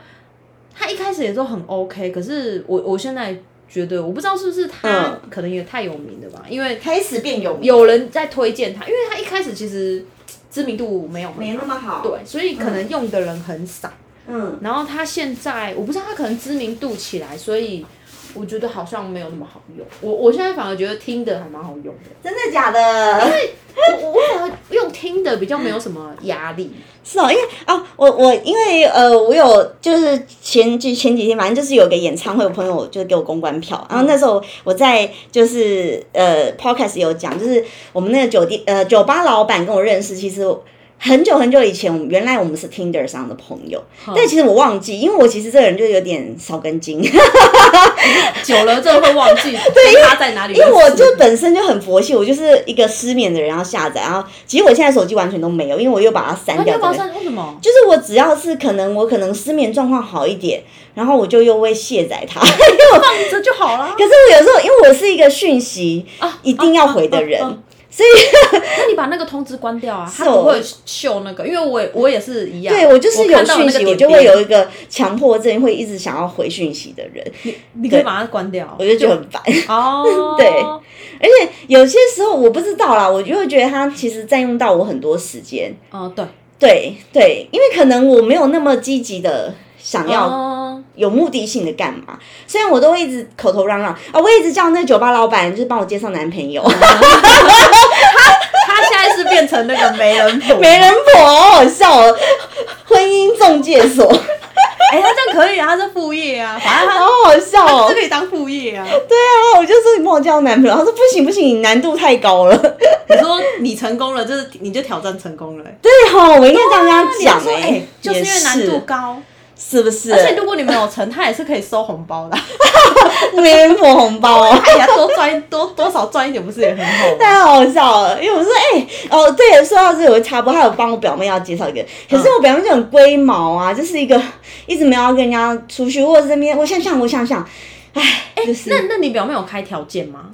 [SPEAKER 2] 他一开始也都很 OK，可是我我现在觉得，我不知道是不是
[SPEAKER 1] 嗯
[SPEAKER 2] 他可能也太有名了吧，因为
[SPEAKER 1] 开始变有
[SPEAKER 2] 有人在推荐他，因为他一开始其实嘖知名度没有很
[SPEAKER 1] 没那么好，
[SPEAKER 2] 对，所以可能用的人很少。
[SPEAKER 1] 嗯，
[SPEAKER 2] 然后他现在我不知道他可能知名度起来，所以我觉得好像没有那么好用。我我现在反而觉得听的还蛮好用的，
[SPEAKER 1] 真的假的？
[SPEAKER 2] 我我反而用听的比较没有什么压力。
[SPEAKER 1] 是哦，因为啊，我我因为呃，我有就是前就前几天，反正就是有个演唱会，我朋友就是给我公关票，然后那时候我在就是呃 podcast 有讲，就是我们那个酒店呃酒吧老板跟我认识，其实很久很久以前，我们原来我们是 Tinder 上的朋友，但其实我忘记，因为我其实这个人就有点少根筋，
[SPEAKER 2] 久了之后 会忘记对他在哪里认
[SPEAKER 1] 因
[SPEAKER 2] 识，
[SPEAKER 1] 为我就本身就很佛系，我就是一个失眠的人，然后下载，然后其实我现在手机完全都没有，因为我又把它删
[SPEAKER 2] 哦那
[SPEAKER 1] 掉哦之
[SPEAKER 2] 六
[SPEAKER 1] 类
[SPEAKER 2] 八
[SPEAKER 1] 的。
[SPEAKER 2] 三为什么？
[SPEAKER 1] 就是我只要是可能我可能失眠状况好一点，然后我就又会卸载它。 可
[SPEAKER 2] 放着就好了
[SPEAKER 1] 是我有时候因为我是一个讯息
[SPEAKER 2] 啊
[SPEAKER 1] 一定要回的人，
[SPEAKER 2] 啊啊所以那你把那个通知关掉啊，
[SPEAKER 1] 是
[SPEAKER 2] 他
[SPEAKER 1] 哦
[SPEAKER 2] 不会秀那个，因为我也我也是一样，
[SPEAKER 1] 对我就是有
[SPEAKER 2] 看到那
[SPEAKER 1] 讯
[SPEAKER 2] 个
[SPEAKER 1] 息，
[SPEAKER 2] 点
[SPEAKER 1] 我
[SPEAKER 2] 点
[SPEAKER 1] 就会有一个强迫症，会一直想要回讯息的人，
[SPEAKER 2] 你你可以把它关掉，
[SPEAKER 1] 我就觉得很烦。
[SPEAKER 2] 哦，
[SPEAKER 1] 对而且有些时候我不知道啦，我就会觉得它其实占用到我很多时间。
[SPEAKER 2] 哦对，
[SPEAKER 1] 对对，因为可能我没有那么积极的想要
[SPEAKER 2] 哦
[SPEAKER 1] 有目的性的干嘛？虽然我都会一直口头嚷嚷啊，我一直叫那酒吧老板就是帮我介绍男朋
[SPEAKER 2] 哦
[SPEAKER 1] 友，
[SPEAKER 2] 他现在是变成那个媒人 婆，
[SPEAKER 1] 媒人婆好好笑哦，婚姻中介 所，好
[SPEAKER 2] 哎、他这样可以啊，他是副业啊，反正他
[SPEAKER 1] 好笑
[SPEAKER 2] 他
[SPEAKER 1] 哦
[SPEAKER 2] 是。可以当副业 啊。
[SPEAKER 1] 然后我就说你帮我叫男朋友，他说不行不行，你难度太高了。
[SPEAKER 2] 你说你成功了，就是你就挑战成功了、欸。
[SPEAKER 1] 对吼、我应该这样跟他讲
[SPEAKER 2] 你要说
[SPEAKER 1] 哎、
[SPEAKER 2] 欸就是因为难度高，
[SPEAKER 1] 是是不是？
[SPEAKER 2] 而且如果你没有成，他也是可以收红包的，
[SPEAKER 1] 媒人婆红包、哦。
[SPEAKER 2] 他也要哎多赚多多少赚一点，不是也很好 吗？
[SPEAKER 1] 太好笑了，因为我说，哎、哦，对，说到这个，我插播，还有帮我表妹要介绍一
[SPEAKER 2] 嗯
[SPEAKER 1] 个，可是我表妹就很龟毛啊，就是一个一直没有要跟人家出去，或者这边，我想想，我想想，哎，就是、
[SPEAKER 2] 那那你表妹有开条件吗？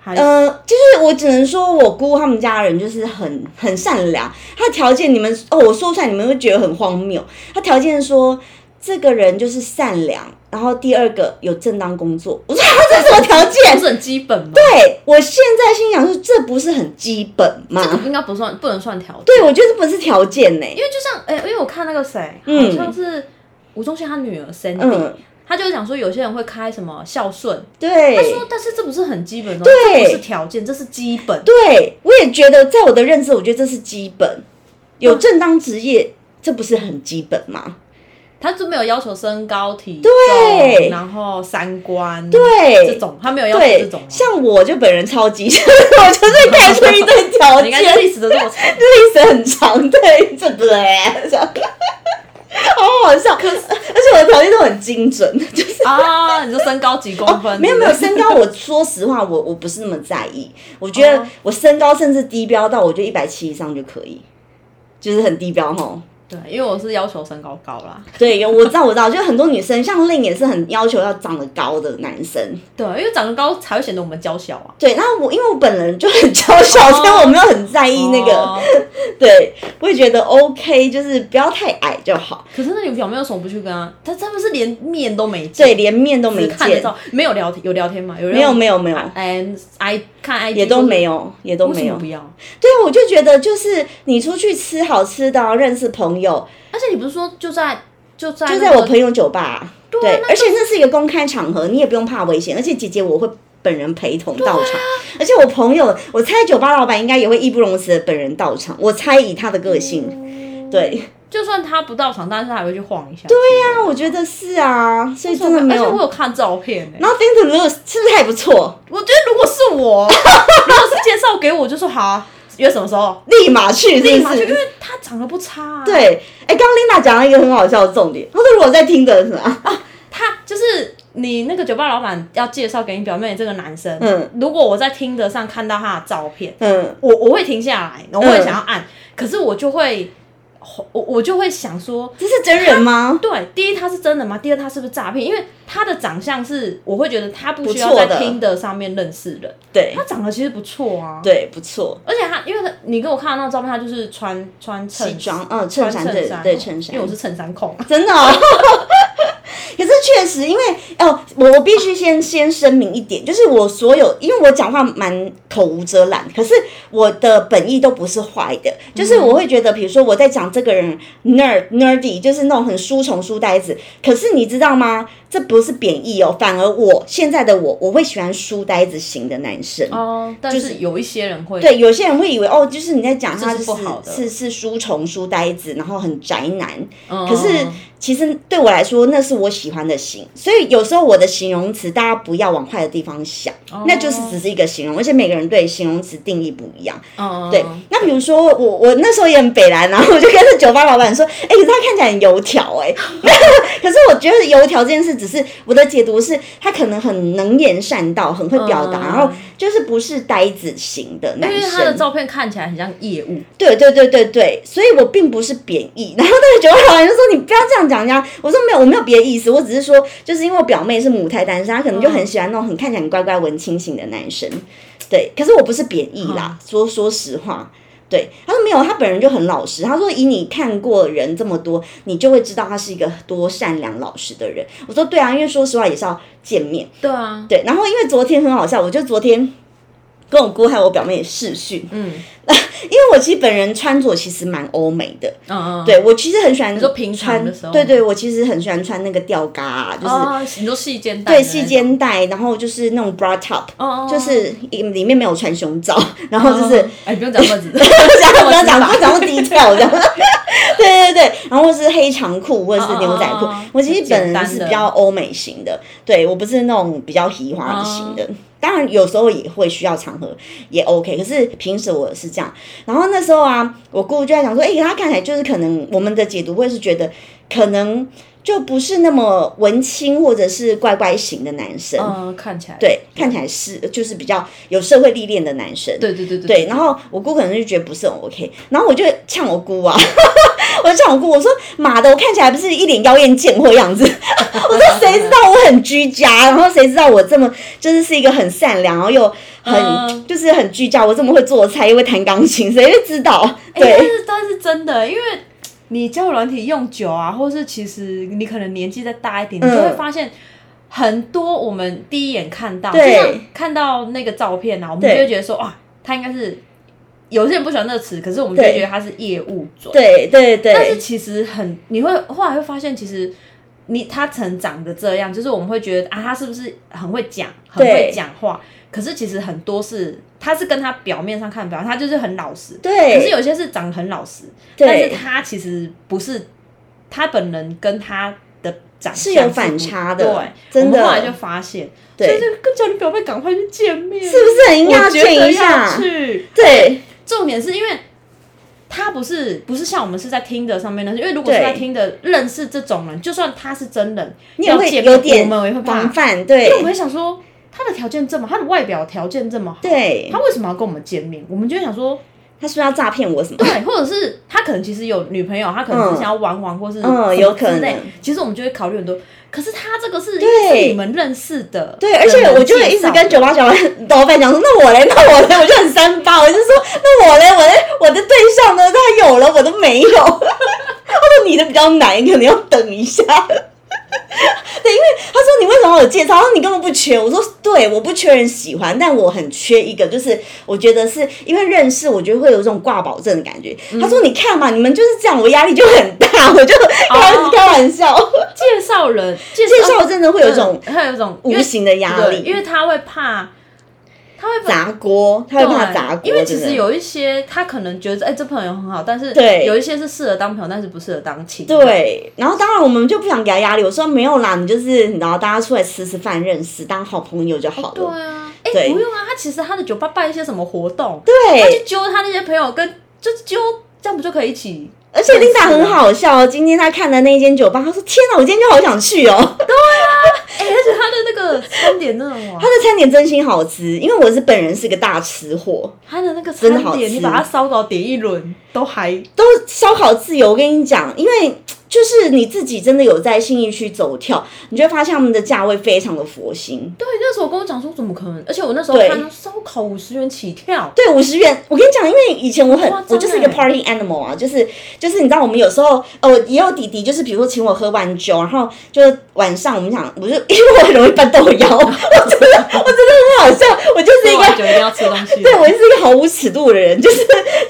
[SPEAKER 2] 还是、
[SPEAKER 1] 呃，就是我只能说，我姑他们家人就是很很善良，她条件你们哦，我说出来你们会觉得很荒谬，她条件说。这个人就是善良，然后第二个有正当工作。我说哦这什么条件
[SPEAKER 2] 不？是很基本吗？
[SPEAKER 1] 对我现在心想说，这不是很基本吗？
[SPEAKER 2] 这个应该不算，不能算条件。
[SPEAKER 1] 对，我觉得这不是条件呢、
[SPEAKER 2] 因为就像哎、因为我看那个谁，
[SPEAKER 1] 嗯
[SPEAKER 2] 好像是吴宗宪他女儿 Sandy，、
[SPEAKER 1] 嗯，
[SPEAKER 2] 他就讲说有些人会开什么孝顺，他
[SPEAKER 1] 对，
[SPEAKER 2] 说但是这不是很基本的，哦
[SPEAKER 1] 对
[SPEAKER 2] 这不是条件，这是基本。
[SPEAKER 1] 对，我也觉得，在我的认知，我觉得这是基本，
[SPEAKER 2] 嗯
[SPEAKER 1] 有正当职业，这不是很基本吗？
[SPEAKER 2] 他就没有要求身高体
[SPEAKER 1] 对
[SPEAKER 2] 重，然后三观，
[SPEAKER 1] 对
[SPEAKER 2] 这种他没有要求这
[SPEAKER 1] 对
[SPEAKER 2] 种吗，啊
[SPEAKER 1] 像我就本人超级， 我就是开出一堆条
[SPEAKER 2] 你
[SPEAKER 1] 件，
[SPEAKER 2] 看
[SPEAKER 1] 历
[SPEAKER 2] 历史的落 差。
[SPEAKER 1] 史很长，对，这不对，这样 好好笑。可是，而且我的条件都很精准， 就是。
[SPEAKER 2] 啊，你说身高几公分？
[SPEAKER 1] 哦没有没有，
[SPEAKER 2] 对不对
[SPEAKER 1] 身高我 说实话，我我不是那么在意。我觉得
[SPEAKER 2] 哦
[SPEAKER 1] 我身高甚至低标到我觉得一百七以上就可以，就是很低标吼。
[SPEAKER 2] 对，因为我是要求身高高啦。
[SPEAKER 1] 对，有我知道，我知道，就很多女生，像令也是很要求要长得高的男生。
[SPEAKER 2] 对，因为长得高才会显得我们娇小啊。
[SPEAKER 1] 对，那我因为我本人就很娇小，所以我没有很在意那个。
[SPEAKER 2] 哦
[SPEAKER 1] 对，我也觉得 OK，就是不要太矮就好。
[SPEAKER 2] 可是那你表妹为什么不去跟他？他他们是连面都没见，
[SPEAKER 1] 对，连面都没
[SPEAKER 2] 只看得
[SPEAKER 1] 见，
[SPEAKER 2] 到，没有聊天，有聊天吗？有人
[SPEAKER 1] 没有没有没有，
[SPEAKER 2] 哎，i 看 i
[SPEAKER 1] 也都没有，也都
[SPEAKER 2] 为什
[SPEAKER 1] 没
[SPEAKER 2] 么
[SPEAKER 1] 有
[SPEAKER 2] 不。要？
[SPEAKER 1] 对啊，我就觉得就是你出去吃好吃的啊、认识朋友，
[SPEAKER 2] 而且你不是说就在就在
[SPEAKER 1] 就
[SPEAKER 2] 那
[SPEAKER 1] 在我
[SPEAKER 2] 个
[SPEAKER 1] 朋友酒吧啊、对，
[SPEAKER 2] 那
[SPEAKER 1] 而且那是一个公开场合，你也不用怕危险，而且姐姐我会本人陪同
[SPEAKER 2] 啊
[SPEAKER 1] 到场，而且我朋友，我猜酒吧老板应该也会义不容辞的本人到场，我猜以他的个
[SPEAKER 2] 嗯
[SPEAKER 1] 性，对，
[SPEAKER 2] 就算他不到场，但是他还会去晃一下。对呀、
[SPEAKER 1] 那我觉得是啊，所以
[SPEAKER 2] 为什
[SPEAKER 1] 真
[SPEAKER 2] 么
[SPEAKER 1] 的没
[SPEAKER 2] 而且我
[SPEAKER 1] 有。
[SPEAKER 2] 有看照片呢、
[SPEAKER 1] 然后 Think Lose 是不是还不错？
[SPEAKER 2] 我觉得如果是 我，如果是介绍给我，我就说好、啊，约什么时候？
[SPEAKER 1] 立马去，
[SPEAKER 2] 立
[SPEAKER 1] 立
[SPEAKER 2] 马去，因为他长得不差、啊。，
[SPEAKER 1] 对，哎，刚刚 Linda 讲了一个很好笑的重点，她说如果在听的是吧？
[SPEAKER 2] 他就是你那个酒吧老板要介绍给你表妹这个男生。
[SPEAKER 1] 嗯
[SPEAKER 2] 如果我在听得上看到他的照片，
[SPEAKER 1] 嗯，
[SPEAKER 2] 我我会停下来，我会想要按，可是我就会，我我就会想说，
[SPEAKER 1] 这是真人吗？
[SPEAKER 2] 对，第一他是真的吗？第二他是不是诈骗？因为他的长相是，我会觉得他不需要
[SPEAKER 1] 不错
[SPEAKER 2] 在
[SPEAKER 1] 的
[SPEAKER 2] 听的上面认识人，
[SPEAKER 1] 对
[SPEAKER 2] 他长得其实不错啊。
[SPEAKER 1] 对，不错，
[SPEAKER 2] 而且他，因为他你给我看的那个照片，他就是穿穿衬
[SPEAKER 1] 西装，嗯，衬衫，
[SPEAKER 2] 穿衬
[SPEAKER 1] 对
[SPEAKER 2] 衫，哦
[SPEAKER 1] 对，衬衫
[SPEAKER 2] 因为。我是衬衫控，
[SPEAKER 1] 真的、哦。可是确实，因为哦，我我必须先先声明一点，就是我所有，因为我讲话蛮口无遮拦，可是我的本意都不是坏的，就是我会觉得，比如说我在讲这个人 nerd nerdy，就是那种很书虫书呆子，可是你知道吗？这不是贬义哦，反而我现在的我，我会喜欢书呆子型的男生。
[SPEAKER 2] 哦，但是有一些人会，
[SPEAKER 1] 对，有些人会以为哦，就是你在讲他
[SPEAKER 2] 这是不好的
[SPEAKER 1] 是是书虫、书呆子，然后很宅男。
[SPEAKER 2] 嗯，
[SPEAKER 1] 可是其实对我来说，那是我喜欢的型，所以有时候我的形容词大家不要往坏的地方想，
[SPEAKER 2] 哦
[SPEAKER 1] 那就是只是一个形容，而且每个人对形容词定义不一样。
[SPEAKER 2] 嗯，
[SPEAKER 1] 对，那比如说我我那时候也很北蓝，然后我就跟那酒吧老板说，哎、可是他看起来很油条哎、 可是我觉得油条这件事，只是我的解读是他可能很能言善道，很会表达，
[SPEAKER 2] 嗯
[SPEAKER 1] 然后就是不是呆子型的
[SPEAKER 2] 因
[SPEAKER 1] 男
[SPEAKER 2] 为
[SPEAKER 1] 生。
[SPEAKER 2] 他的照片看起来很像业务，
[SPEAKER 1] 对对对对对，所以我并不是贬义。 然后那个酒吧老板就说：“你不要这样讲人家。”我说：“没有，我没有别的意思，我只是说，就是因为我表妹是母胎单身，她可能就很喜欢那种很看起来很乖乖文青型的男生。对，可是我不是贬义啦，说说实话。”对，他说没有，他本人就很老实。他说以你看过人这么多，你就会知道他是一个多善良老实的人。我说对啊，因为说实话也是要见面。
[SPEAKER 2] 对啊，
[SPEAKER 1] 对，然后因为昨天很好笑，我就昨天跟我姑还有我表妹试训，
[SPEAKER 2] 嗯，
[SPEAKER 1] 因为我其实本人穿着其实蛮欧美的，
[SPEAKER 2] 嗯嗯，
[SPEAKER 1] 对我其实很喜欢
[SPEAKER 2] 你说平常
[SPEAKER 1] 穿
[SPEAKER 2] 的时候
[SPEAKER 1] 对对，我其实很喜欢穿那个吊嘎、啊，就是、
[SPEAKER 2] 哦，你说细肩带，
[SPEAKER 1] 对细，肩带，然后就是那种 bra top，、
[SPEAKER 2] 哦哦，哦
[SPEAKER 1] 就是里面没有穿胸罩，然后就是。
[SPEAKER 2] 哦哎，不用讲袜子，不
[SPEAKER 1] 不讲不要
[SPEAKER 2] 用
[SPEAKER 1] 讲，不要讲那么
[SPEAKER 2] 低
[SPEAKER 1] 低调这样。 对对对，然后是黑长裤或者是牛仔裤
[SPEAKER 2] 哦哦哦，
[SPEAKER 1] 我其实本
[SPEAKER 2] 简单
[SPEAKER 1] 人
[SPEAKER 2] 的
[SPEAKER 1] 是比较欧美型的，对我不是那种比较嘻哈型的。
[SPEAKER 2] 哦
[SPEAKER 1] 当然，有时候也会需要场合也 OK，可是平时我是这样。然后那时候啊，我姑姑就在讲说，哎、他看起来就是可能我们的解读会是觉得可能就不是那么文青或者是乖乖型的男生，
[SPEAKER 2] 嗯，看起来，
[SPEAKER 1] 对，看起来是就是比较有社会历练的男生。
[SPEAKER 2] 对对对对
[SPEAKER 1] 对，然后我姑可能就觉得不是很 OK，然后我就呛我姑啊， 我就呛我姑，我说妈的，我看起来不是一脸妖艳贱货样子， 我说谁知道我很居家，然后谁知道我这么就是是一个很善良，然后又很、
[SPEAKER 2] 嗯
[SPEAKER 1] 就是很居家，我这么会做菜，又会弹钢琴，谁会知道？
[SPEAKER 2] 哎
[SPEAKER 1] 对、
[SPEAKER 2] 但是但是真的，因为你交友软体用久啊，或是其实你可能年纪再大一点，你就会
[SPEAKER 1] 嗯
[SPEAKER 2] 发现很多我们第一眼看到，就
[SPEAKER 1] 对
[SPEAKER 2] 像看到那个照片啊，我们就
[SPEAKER 1] 对
[SPEAKER 2] 会觉得说，哇，他应该是有些人不喜欢那个词，可是我们就会
[SPEAKER 1] 对
[SPEAKER 2] 觉得他是业务种。
[SPEAKER 1] 对对
[SPEAKER 2] 但是
[SPEAKER 1] 对
[SPEAKER 2] 其实很，你会后来会发现，其实你他曾长得这样，就是我们会觉得啊，他是不是很会讲，很会
[SPEAKER 1] 对
[SPEAKER 2] 讲话？可是其实很多是，他是跟他表面上看表，他就是很老实。可是
[SPEAKER 1] 对
[SPEAKER 2] 有些是长得很老实，但
[SPEAKER 1] 对，
[SPEAKER 2] 是他其实不是他本人跟他的长相
[SPEAKER 1] 是有
[SPEAKER 2] 不
[SPEAKER 1] 反差的
[SPEAKER 2] 对，
[SPEAKER 1] 真的
[SPEAKER 2] 哎我们后来就发现，所以
[SPEAKER 1] 对
[SPEAKER 2] 就跟叫你表妹赶快去见面，
[SPEAKER 1] 是不是很应该
[SPEAKER 2] 我
[SPEAKER 1] 要
[SPEAKER 2] 觉得
[SPEAKER 1] 劝一
[SPEAKER 2] 要
[SPEAKER 1] 下？
[SPEAKER 2] 去，
[SPEAKER 1] 对
[SPEAKER 2] 重点是因为他不是不是像我们是在听的上面的，因为如果是在听的认识这种人，就算他是真人，
[SPEAKER 1] 你也
[SPEAKER 2] 要
[SPEAKER 1] 会
[SPEAKER 2] 见
[SPEAKER 1] 有
[SPEAKER 2] 面
[SPEAKER 1] 点
[SPEAKER 2] 我们也会怕
[SPEAKER 1] 防，范，
[SPEAKER 2] 因
[SPEAKER 1] 对
[SPEAKER 2] 为我会想说他的条件这么，他的外表条件这么好，
[SPEAKER 1] 对，
[SPEAKER 2] 他为什么要跟我们见面？我们就会想说，
[SPEAKER 1] 他是不是要诈骗我什么？
[SPEAKER 2] 对，或者是他可能其实有女朋友，他可能是
[SPEAKER 1] 嗯
[SPEAKER 2] 想要玩玩，或是什么
[SPEAKER 1] 嗯有可
[SPEAKER 2] 之类
[SPEAKER 1] 能
[SPEAKER 2] 其实我们就会考虑很多，可是他这个是
[SPEAKER 1] 对
[SPEAKER 2] 是你们认识的，
[SPEAKER 1] 对，而且我就会一直跟酒吧小老板讲说，那我嘞，那我嘞，我就很三八，我就说，那我嘞，我嘞，我的对象呢，他有了，我都没有。 他说你的比较难，你可能要等一下。对， 因为他说你为什么有介绍？他说你根本不缺。我说对，我不缺人喜欢，但我很缺一个，就是我觉得是因为认识，我觉得会有一种挂保证的感觉。他
[SPEAKER 2] 嗯
[SPEAKER 1] 说你看嘛，你们就是这样，我压力就很大，我就开
[SPEAKER 2] 哦
[SPEAKER 1] 开玩笑，
[SPEAKER 2] 介绍人，介
[SPEAKER 1] 介绍真的会有一种
[SPEAKER 2] 嗯会有一种因
[SPEAKER 1] 无
[SPEAKER 2] 为
[SPEAKER 1] 形的压
[SPEAKER 2] 对
[SPEAKER 1] 力，
[SPEAKER 2] 因为他会怕，他会怕。
[SPEAKER 1] 砸锅，他会怕
[SPEAKER 2] 对
[SPEAKER 1] 砸锅，
[SPEAKER 2] 因为其
[SPEAKER 1] 真
[SPEAKER 2] 实
[SPEAKER 1] 的
[SPEAKER 2] 有一些他可能觉得，哎、这朋友很好，但是
[SPEAKER 1] 对
[SPEAKER 2] 有一些是适合当朋友，但是不适合当情人。
[SPEAKER 1] 对，然后当然我们就不想给他压力，我说没有啦，你就是你知道，大家出来吃吃饭，认识，当好朋友就好
[SPEAKER 2] 对
[SPEAKER 1] 了。
[SPEAKER 2] 啊，哎、
[SPEAKER 1] 对
[SPEAKER 2] 不用啊，他其实他的酒吧办一些什么活动，他
[SPEAKER 1] 对，
[SPEAKER 2] 去揪他那些朋友跟，就揪，这样不就可以一起？
[SPEAKER 1] 而且琳达
[SPEAKER 2] 认识啊
[SPEAKER 1] 很好笑哦，今天她看的那间酒吧，她说天哪，我今天就好想去哦，
[SPEAKER 2] 哎、而且他的那个餐点那种哇
[SPEAKER 1] 她，的餐点真心好吃，因为我是本人是个大吃货，
[SPEAKER 2] 他的那个
[SPEAKER 1] 真的
[SPEAKER 2] 餐
[SPEAKER 1] 好吃
[SPEAKER 2] 点，你把它烧烤点一轮都还
[SPEAKER 1] 都烧烤自由，我跟你讲，因为就是你自己真的有在信义区走跳，你就会发现他们的价位非常的佛心。
[SPEAKER 2] 对，那时候跟我讲说怎么可能，而且我那时候看烧烤五十元起跳，
[SPEAKER 1] 对，五十元。我跟你讲，因为以前我很
[SPEAKER 2] 夸张，
[SPEAKER 1] 我就是一个
[SPEAKER 2] 欸
[SPEAKER 1] party animal 啊，就是就是你知道，我们有时候呃，我也有弟弟，就是比如说请我喝完酒，然后就是晚上我们想，我就 因为我很容易搬豆腰，我 真的我真的很好笑，我就是一
[SPEAKER 2] 喝
[SPEAKER 1] 个
[SPEAKER 2] 完酒一定要吃东 西。
[SPEAKER 1] 对我就是一个毫无尺度的人，就是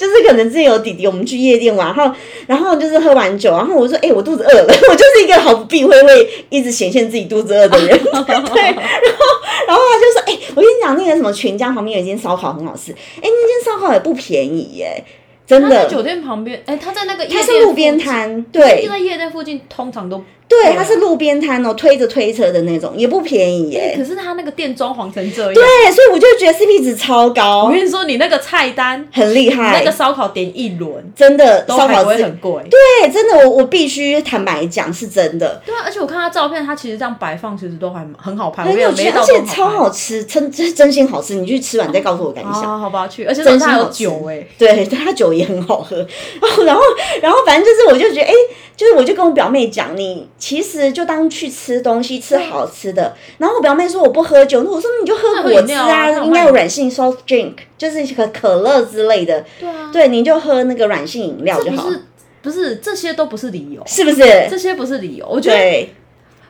[SPEAKER 1] 就是可能之前有弟弟，我们去夜店玩，然后然后就是喝完酒，然后我就说，哎、我肚子饿了，我就是一个毫不避讳会一直显现自己肚子饿的人，对，然后然后他就说，哎、我跟你讲，那个什么全家旁边有一间烧烤很好吃，哎、那间烧烤也不便宜耶，真
[SPEAKER 2] 他在
[SPEAKER 1] 的，
[SPEAKER 2] 酒店旁边，哎、他在那个夜
[SPEAKER 1] 它
[SPEAKER 2] 店
[SPEAKER 1] 是路边
[SPEAKER 2] 附近，
[SPEAKER 1] 摊，
[SPEAKER 2] 就
[SPEAKER 1] 对。
[SPEAKER 2] 在夜店附近，通常都
[SPEAKER 1] 对，它是路边摊哦，推着推车的那种，也不便宜
[SPEAKER 2] 哎
[SPEAKER 1] 耶。
[SPEAKER 2] 可是他那个店装潢成这样，
[SPEAKER 1] 对，所以我就觉得 CP 值超
[SPEAKER 2] 我
[SPEAKER 1] 高，
[SPEAKER 2] 跟你说，你那个菜单，
[SPEAKER 1] 很厉
[SPEAKER 2] 那
[SPEAKER 1] 害
[SPEAKER 2] 个，烧烤点一轮，
[SPEAKER 1] 真的
[SPEAKER 2] 都
[SPEAKER 1] 烧
[SPEAKER 2] 还
[SPEAKER 1] 烤
[SPEAKER 2] 不会
[SPEAKER 1] 是
[SPEAKER 2] 很贵。
[SPEAKER 1] 对，哎真的，我我必须坦白讲，是真的，
[SPEAKER 2] 对啊，而且我看他照片，他其实这样摆放，其实都还蛮很好拍，我
[SPEAKER 1] 很
[SPEAKER 2] 没有
[SPEAKER 1] 有
[SPEAKER 2] 没
[SPEAKER 1] 趣，
[SPEAKER 2] 到
[SPEAKER 1] 而
[SPEAKER 2] 都
[SPEAKER 1] 且
[SPEAKER 2] 很
[SPEAKER 1] 超好吃，真真真心好吃。你去吃完再告诉我感
[SPEAKER 2] 拍。
[SPEAKER 1] 想。
[SPEAKER 2] 好好吧，去，而且
[SPEAKER 1] 真
[SPEAKER 2] 楼
[SPEAKER 1] 心
[SPEAKER 2] 哦下有
[SPEAKER 1] 好吃
[SPEAKER 2] 酒哎、
[SPEAKER 1] 对，它酒也很好喝。然后，然后，然后，反正就是，我就觉得，哎、就是我就跟我表妹讲，你其实就当去吃东西，吃好吃的。然后我表妹说我不喝酒，那我说那你就喝
[SPEAKER 2] 那喝
[SPEAKER 1] 果
[SPEAKER 2] 饮
[SPEAKER 1] 汁
[SPEAKER 2] 料
[SPEAKER 1] 啊，
[SPEAKER 2] 啊那我
[SPEAKER 1] 应该
[SPEAKER 2] 帮
[SPEAKER 1] 有
[SPEAKER 2] 你
[SPEAKER 1] 软性 soft drink，就是可可乐之类的。
[SPEAKER 2] 对啊，
[SPEAKER 1] 对，你就喝那个软性饮料
[SPEAKER 2] 这
[SPEAKER 1] 就
[SPEAKER 2] 不
[SPEAKER 1] 好，
[SPEAKER 2] 啊是不是这些都不是理由，
[SPEAKER 1] 是不是？
[SPEAKER 2] 这些不是理由。我觉得
[SPEAKER 1] 对，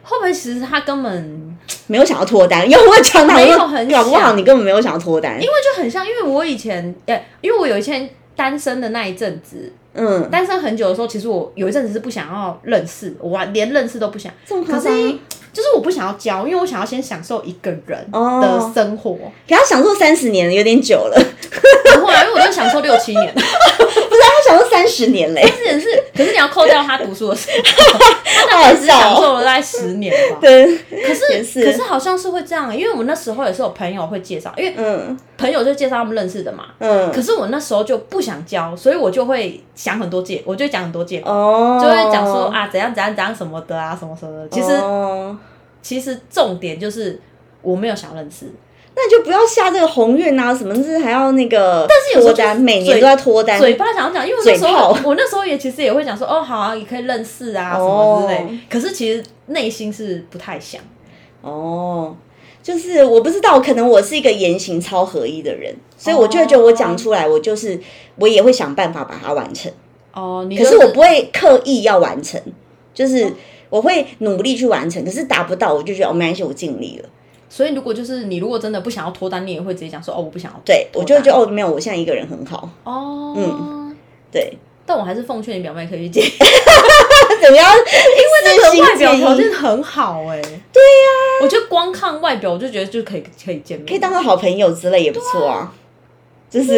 [SPEAKER 2] 会不会其实他根本
[SPEAKER 1] 没有想要脱单，因为我讲
[SPEAKER 2] 没有
[SPEAKER 1] 我
[SPEAKER 2] 很
[SPEAKER 1] 搞不好
[SPEAKER 2] 想
[SPEAKER 1] 你根本没有想要脱单
[SPEAKER 2] 因。为就很像，因为我以前，哎、因为我有一天单身的那一阵子，
[SPEAKER 1] 嗯，
[SPEAKER 2] 单身很久的时候，其实我有一阵子是不想要认识，我连认识都不想，
[SPEAKER 1] 这么夸
[SPEAKER 2] 可是
[SPEAKER 1] 张。
[SPEAKER 2] 就是我不想要交，因为我想要先享受一个人
[SPEAKER 1] 哦
[SPEAKER 2] 的生活。
[SPEAKER 1] 给他享受三十年了，有点久了，
[SPEAKER 2] 然后来啊因为我就享受六七 年，
[SPEAKER 1] 他享受三十 年嘞，
[SPEAKER 2] 但是也是，可是你要扣掉他读书的 时候，
[SPEAKER 1] 好好
[SPEAKER 2] 享
[SPEAKER 1] 笑哦。
[SPEAKER 2] 受了大概十年 吧。
[SPEAKER 1] 对，
[SPEAKER 2] 可
[SPEAKER 1] 也
[SPEAKER 2] 是
[SPEAKER 1] 是
[SPEAKER 2] 啊可是好像是会这样，因为我那时候也是有朋友会介绍，因为
[SPEAKER 1] 嗯
[SPEAKER 2] 朋友就介绍他们认识的嘛。
[SPEAKER 1] 嗯，
[SPEAKER 2] 可是我那时候就不想交，所以我就会想很多借，我就会讲很多借口，
[SPEAKER 1] 哦，
[SPEAKER 2] 就会讲说啊怎样怎样怎样什么的啊什么什么的。其实、
[SPEAKER 1] 哦
[SPEAKER 2] 其实重点就是我没有想认识，
[SPEAKER 1] 那你就不要下这个鸿运啊，什么是还要那个，但
[SPEAKER 2] 是有
[SPEAKER 1] 脱
[SPEAKER 2] 时候就是
[SPEAKER 1] 单，
[SPEAKER 2] 嘴
[SPEAKER 1] 每年都要脱单，
[SPEAKER 2] 嘴巴想要讲，因为我那时
[SPEAKER 1] 嘴
[SPEAKER 2] 候我那时候也其实也会讲说哦好啊，也可以认识啊什么之类。
[SPEAKER 1] 哦
[SPEAKER 2] 可是其实内心是不太想，
[SPEAKER 1] 哦。就是我不知道，可能我是一个言行超合一的人，所以我就会觉得我讲出来，我就是我也会想办法把它完成。
[SPEAKER 2] 哦，你哦
[SPEAKER 1] 可
[SPEAKER 2] 就是
[SPEAKER 1] 我不会刻意要完成，就是我会努力去完成，可是达不到我就觉得哦，没关系，我尽力了。
[SPEAKER 2] 所以如果就是你如果真的不想要脱单，你也会直接讲说哦我不想要脱 单，
[SPEAKER 1] 对，我就会觉得哦，没有，我现在一个人很好。
[SPEAKER 2] 哦
[SPEAKER 1] 对，
[SPEAKER 2] 但我还是奉劝你表妹可以去借，
[SPEAKER 1] 那怎么样？因
[SPEAKER 2] 这个外表条件很好哎、对呀、我觉得光看外表，我就觉得就可以可以见面，
[SPEAKER 1] 可以当个好朋友之类也不错啊。就是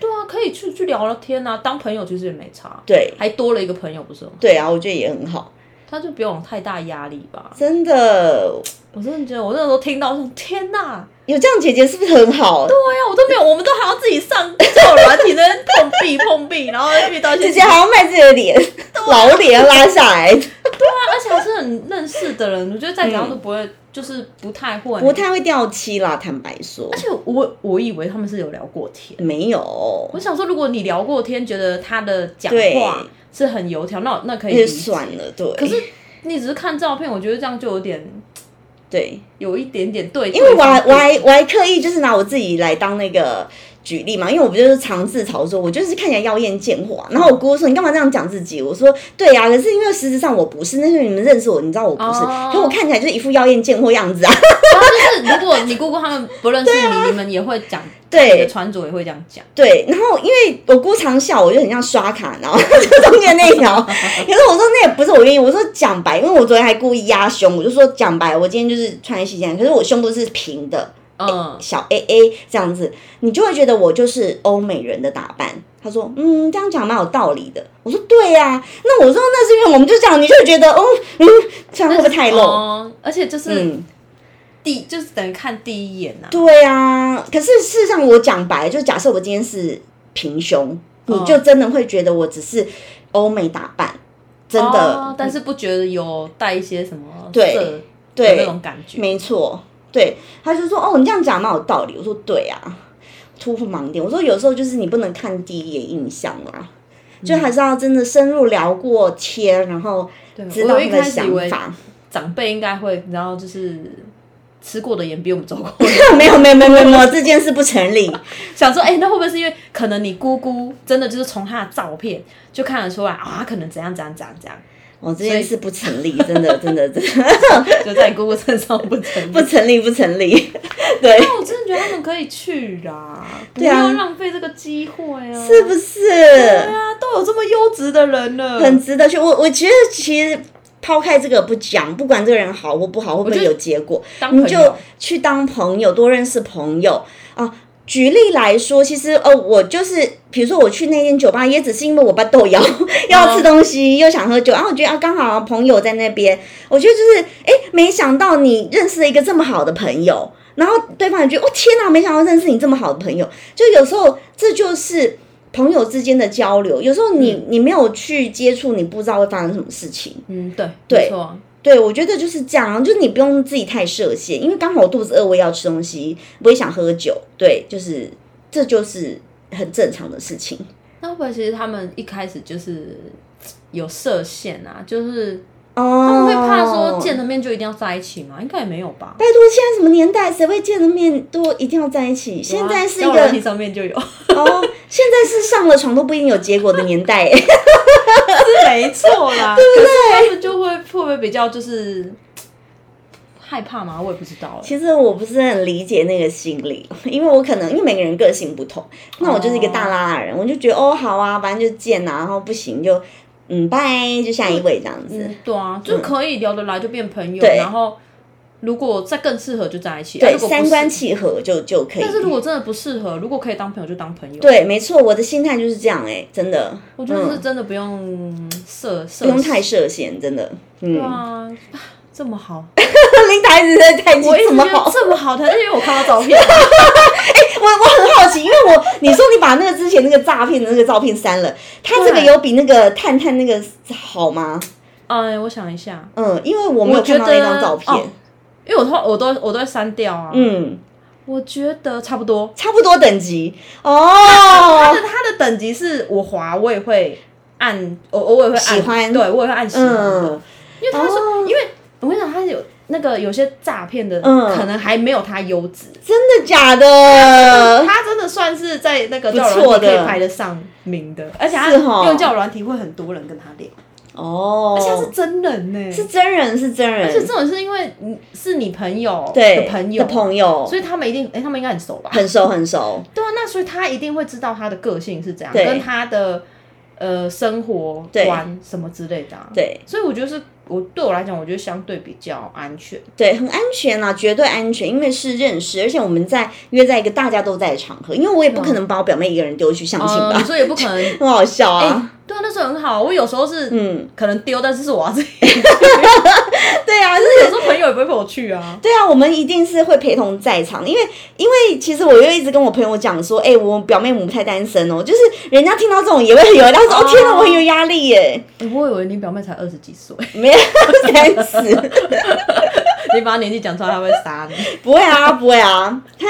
[SPEAKER 2] 对啊，可以去去聊聊天啊，当朋友其实也没差，
[SPEAKER 1] 对
[SPEAKER 2] 还多了一个朋友不是吗？
[SPEAKER 1] 对啊，我觉得也很好，
[SPEAKER 2] 他就不用有太大压力吧。
[SPEAKER 1] 真的。
[SPEAKER 2] 我真的觉得我那时候听到，我想天哪，
[SPEAKER 1] 有这样姐姐是不是很好？
[SPEAKER 2] 对呀、啊我都没有，我们都还要自己上做软体在那边碰壁碰壁，然后遇到一些
[SPEAKER 1] 姐姐还要卖自己的脸，
[SPEAKER 2] 啊
[SPEAKER 1] 老脸拉下来，
[SPEAKER 2] 而且还是很认识的人，我觉得再怎样都不会，就是嗯不太会。
[SPEAKER 1] 不太会掉漆啦。坦白说
[SPEAKER 2] 而，且我我以为他们是有聊过天，
[SPEAKER 1] 没有
[SPEAKER 2] 我，想说，如果你聊过天，觉得他的讲
[SPEAKER 1] 对
[SPEAKER 2] 话是很油条，那那可以
[SPEAKER 1] 那
[SPEAKER 2] 理
[SPEAKER 1] 就
[SPEAKER 2] 解
[SPEAKER 1] 算。了。对，
[SPEAKER 2] 可是你只是看照片，我觉得这样就有点
[SPEAKER 1] 对，
[SPEAKER 2] 有一点点对，
[SPEAKER 1] 因为我还
[SPEAKER 2] 对
[SPEAKER 1] 我还我还刻意就是拿我自己来当那个举例嘛，因为我不就是常自嘲说，我就是看起来妖艳贱货啊、然后我姑姑说你干嘛这样讲自己？我说对呀、可是因为实质上我不是，那是你们认识我，你知道我不是，
[SPEAKER 2] 哦
[SPEAKER 1] 可我看起来就是一副妖艳贱货样子啊。
[SPEAKER 2] 然后 就是如果你姑姑他们不认识你，你们也会讲，你的
[SPEAKER 1] 对
[SPEAKER 2] 穿着也会这样讲。
[SPEAKER 1] 对，然后因为我姑常笑，我就很像刷卡，然后 就中间那一条。可是我说那也不是我愿意，我说讲白，因为我昨天还故意压胸，我就说讲白，我今天就是穿西装，可是我胸部是平的，
[SPEAKER 2] 嗯，
[SPEAKER 1] 小 A A 这样子，你就会觉得我就是欧美人的打扮。他说，嗯，这样讲蛮有道理的。我说，对呀、那我说那是因为我们就这样，你就会觉得，哦，嗯，这样会不会太露？
[SPEAKER 2] 哦而且就是
[SPEAKER 1] 嗯，
[SPEAKER 2] 第就是等于看第一眼啊呐。
[SPEAKER 1] 对呀、可是事实上，我讲白，就假设我今天是平胸，
[SPEAKER 2] 哦
[SPEAKER 1] 你就真的会觉得我只是欧美打扮，真的，
[SPEAKER 2] 哦但是不觉得有带一些什么
[SPEAKER 1] 对
[SPEAKER 2] 色的
[SPEAKER 1] 对
[SPEAKER 2] 那种感觉。
[SPEAKER 1] 没错，对，他就说哦，你这样讲蛮有道理。我说对啊，突破盲点。我说有时候就是你不能看第一眼印象啦，就还是要真的深入聊过天，然后
[SPEAKER 2] 对
[SPEAKER 1] 知
[SPEAKER 2] 我
[SPEAKER 1] 道
[SPEAKER 2] 一
[SPEAKER 1] 他的
[SPEAKER 2] 开始以
[SPEAKER 1] 想
[SPEAKER 2] 为
[SPEAKER 1] 法。
[SPEAKER 2] 长辈应该会，然后就是吃过的盐比我们走过
[SPEAKER 1] 没有没有没有没有没有，这件事不成立。
[SPEAKER 2] 想说，哎、那会不会是因为可能你姑姑真的就是从她的照片就看得出来啊，她可能怎样怎样怎样怎样，
[SPEAKER 1] 我、这件事不成立，真的真的真的
[SPEAKER 2] 就在你姑姑身上不成立
[SPEAKER 1] 不。成立不成立。对，
[SPEAKER 2] 那我真的觉得他们可以去啦，不
[SPEAKER 1] 对啊
[SPEAKER 2] 要浪费这个机会啊！
[SPEAKER 1] 是不是？
[SPEAKER 2] 对啊，都有这么优质的人了，
[SPEAKER 1] 很值得去。我我觉得其实抛开这个不讲，不管这个人好或不好，会不会有结果，
[SPEAKER 2] 当
[SPEAKER 1] 你
[SPEAKER 2] 朋
[SPEAKER 1] 就
[SPEAKER 2] 友
[SPEAKER 1] 去当朋友，多认识朋友啊。举例来说，其实呃，我就是比如说我去那间酒吧，也只是因为我爸豆摇 要吃东西，又想喝酒，然后我觉得啊，刚好朋友在那边，我觉得就是哎，诶没想到你认识了一个这么好的朋友，然后对方也觉得哦天哪，没想到认识你这么好的朋友，就有时候这就是朋友之间的交流，有时候你、你没有去接触，你不知道会发生什么事情。
[SPEAKER 2] 嗯，对，
[SPEAKER 1] 对
[SPEAKER 2] 没错，
[SPEAKER 1] 对，我觉得就是这样，就是你不用自己太设限，因为刚好我肚子饿，我也要吃东西，我也想喝酒，对，就是这就是很正常的事情。
[SPEAKER 2] 那会不会其实他们一开始就是有设限啊？就是
[SPEAKER 1] 哦，
[SPEAKER 2] 他们会怕说见了面就一定要在一起吗？应该也没有吧。
[SPEAKER 1] 拜托，现在什么年代，谁会见了面都一定要在一起？现在是一
[SPEAKER 2] 交友
[SPEAKER 1] 个
[SPEAKER 2] 软体上面就有，是
[SPEAKER 1] 哦，现在是上了床都不一定有结果的年代，
[SPEAKER 2] 没错啦，对不对？他们就会会不会比较就是嗯害怕吗？我也不知道了。
[SPEAKER 1] 其实我不是很理解那个心理，因为我可能因为每个人个性不同，那我就是一个大拉拉人，我就觉得哦好啊，反正就见啊，然后不行就嗯拜，就下一位这样子。
[SPEAKER 2] 嗯，对啊，就可以聊得来就变朋友，
[SPEAKER 1] 对
[SPEAKER 2] 然后如果再更适合就在一起，啊
[SPEAKER 1] 对，
[SPEAKER 2] 如果不
[SPEAKER 1] 三观
[SPEAKER 2] 适
[SPEAKER 1] 契合就就可以
[SPEAKER 2] 但。是如果真的不适合，如果可以当朋友就当朋友，
[SPEAKER 1] 对，没错，我的心态就是这样哎、真的，
[SPEAKER 2] 我觉得是真的不用设
[SPEAKER 1] 嗯
[SPEAKER 2] 设
[SPEAKER 1] 不用
[SPEAKER 2] 限
[SPEAKER 1] 太设限，真的。嗯，
[SPEAKER 2] 对啊，啊这么好，
[SPEAKER 1] 林达一直在叹气
[SPEAKER 2] 我一，直
[SPEAKER 1] 哎怎么
[SPEAKER 2] 觉
[SPEAKER 1] 好
[SPEAKER 2] 得？这么好，但是因为我看到照 片，
[SPEAKER 1] 我我很好奇，因为我你说你把那个之前那个诈骗的那个照片删了，他这个
[SPEAKER 2] 对
[SPEAKER 1] 有比那个探探那个好吗？
[SPEAKER 2] 哎，我想一下，
[SPEAKER 1] 嗯，因为我没有
[SPEAKER 2] 我觉
[SPEAKER 1] 看到
[SPEAKER 2] 得
[SPEAKER 1] 那张照片。
[SPEAKER 2] 哦因为我都我都我都会删掉啊，
[SPEAKER 1] 嗯，哦
[SPEAKER 2] 我觉得差不多。
[SPEAKER 1] 差不多等级
[SPEAKER 2] 它
[SPEAKER 1] 哦。
[SPEAKER 2] 的它的等级是我滑，我也会按，我我也会按
[SPEAKER 1] 喜欢
[SPEAKER 2] 对我也会按喜欢的，
[SPEAKER 1] 嗯
[SPEAKER 2] 因为他说，因为我跟你讲，他有那个有些诈骗的，
[SPEAKER 1] 嗯
[SPEAKER 2] 可能还没有他优质，
[SPEAKER 1] 真的假的？
[SPEAKER 2] 他真的算是在那个
[SPEAKER 1] 不
[SPEAKER 2] 交友
[SPEAKER 1] 错
[SPEAKER 2] 软体可
[SPEAKER 1] 的
[SPEAKER 2] 以排得上名的，而且他
[SPEAKER 1] 是哦
[SPEAKER 2] 用交友软体会很多人跟他聊，
[SPEAKER 1] 哦
[SPEAKER 2] 而，且他是真人呢、
[SPEAKER 1] 是真人，是真人，
[SPEAKER 2] 而且这种是因为你是你朋友
[SPEAKER 1] 对
[SPEAKER 2] 的朋友
[SPEAKER 1] 的朋友
[SPEAKER 2] 所以他们一定，哎、他们应该很熟吧？
[SPEAKER 1] 很熟很熟。
[SPEAKER 2] 对啊，那所以他一定会知道他的个性是怎样，
[SPEAKER 1] 对
[SPEAKER 2] 跟他的呃生活
[SPEAKER 1] 对
[SPEAKER 2] 观什么之类的、啊。，
[SPEAKER 1] 对
[SPEAKER 2] 所以我觉得是我对我来讲，我觉得相对比较安全。
[SPEAKER 1] 对，很安全啊，绝对安全，因为是认识，而且我们在约在一个大家都在的场合，因为我也不可能把我表妹一个人丢去相亲吧，
[SPEAKER 2] 呃，所以也不可能。
[SPEAKER 1] 很好笑
[SPEAKER 2] 哎、
[SPEAKER 1] 啊。
[SPEAKER 2] 对啊，那时候很好。我有时候是
[SPEAKER 1] 嗯，
[SPEAKER 2] 可能丢，但是是我要自 己。
[SPEAKER 1] 对 啊，就是
[SPEAKER 2] 有时候朋友也不会陪我去啊。
[SPEAKER 1] 对啊，我们一定是会陪同在场，因为因为其实我又一直跟我朋友讲说，哎、我表妹母胎单身哦，就是人家听到这种也会有，他说哦天哪，我很有压力耶，
[SPEAKER 2] 哎我以为你表妹才二十几 岁，
[SPEAKER 1] 没有三十，
[SPEAKER 2] 你把她年纪讲出来，她会杀你。
[SPEAKER 1] 不会啊，不会啊，他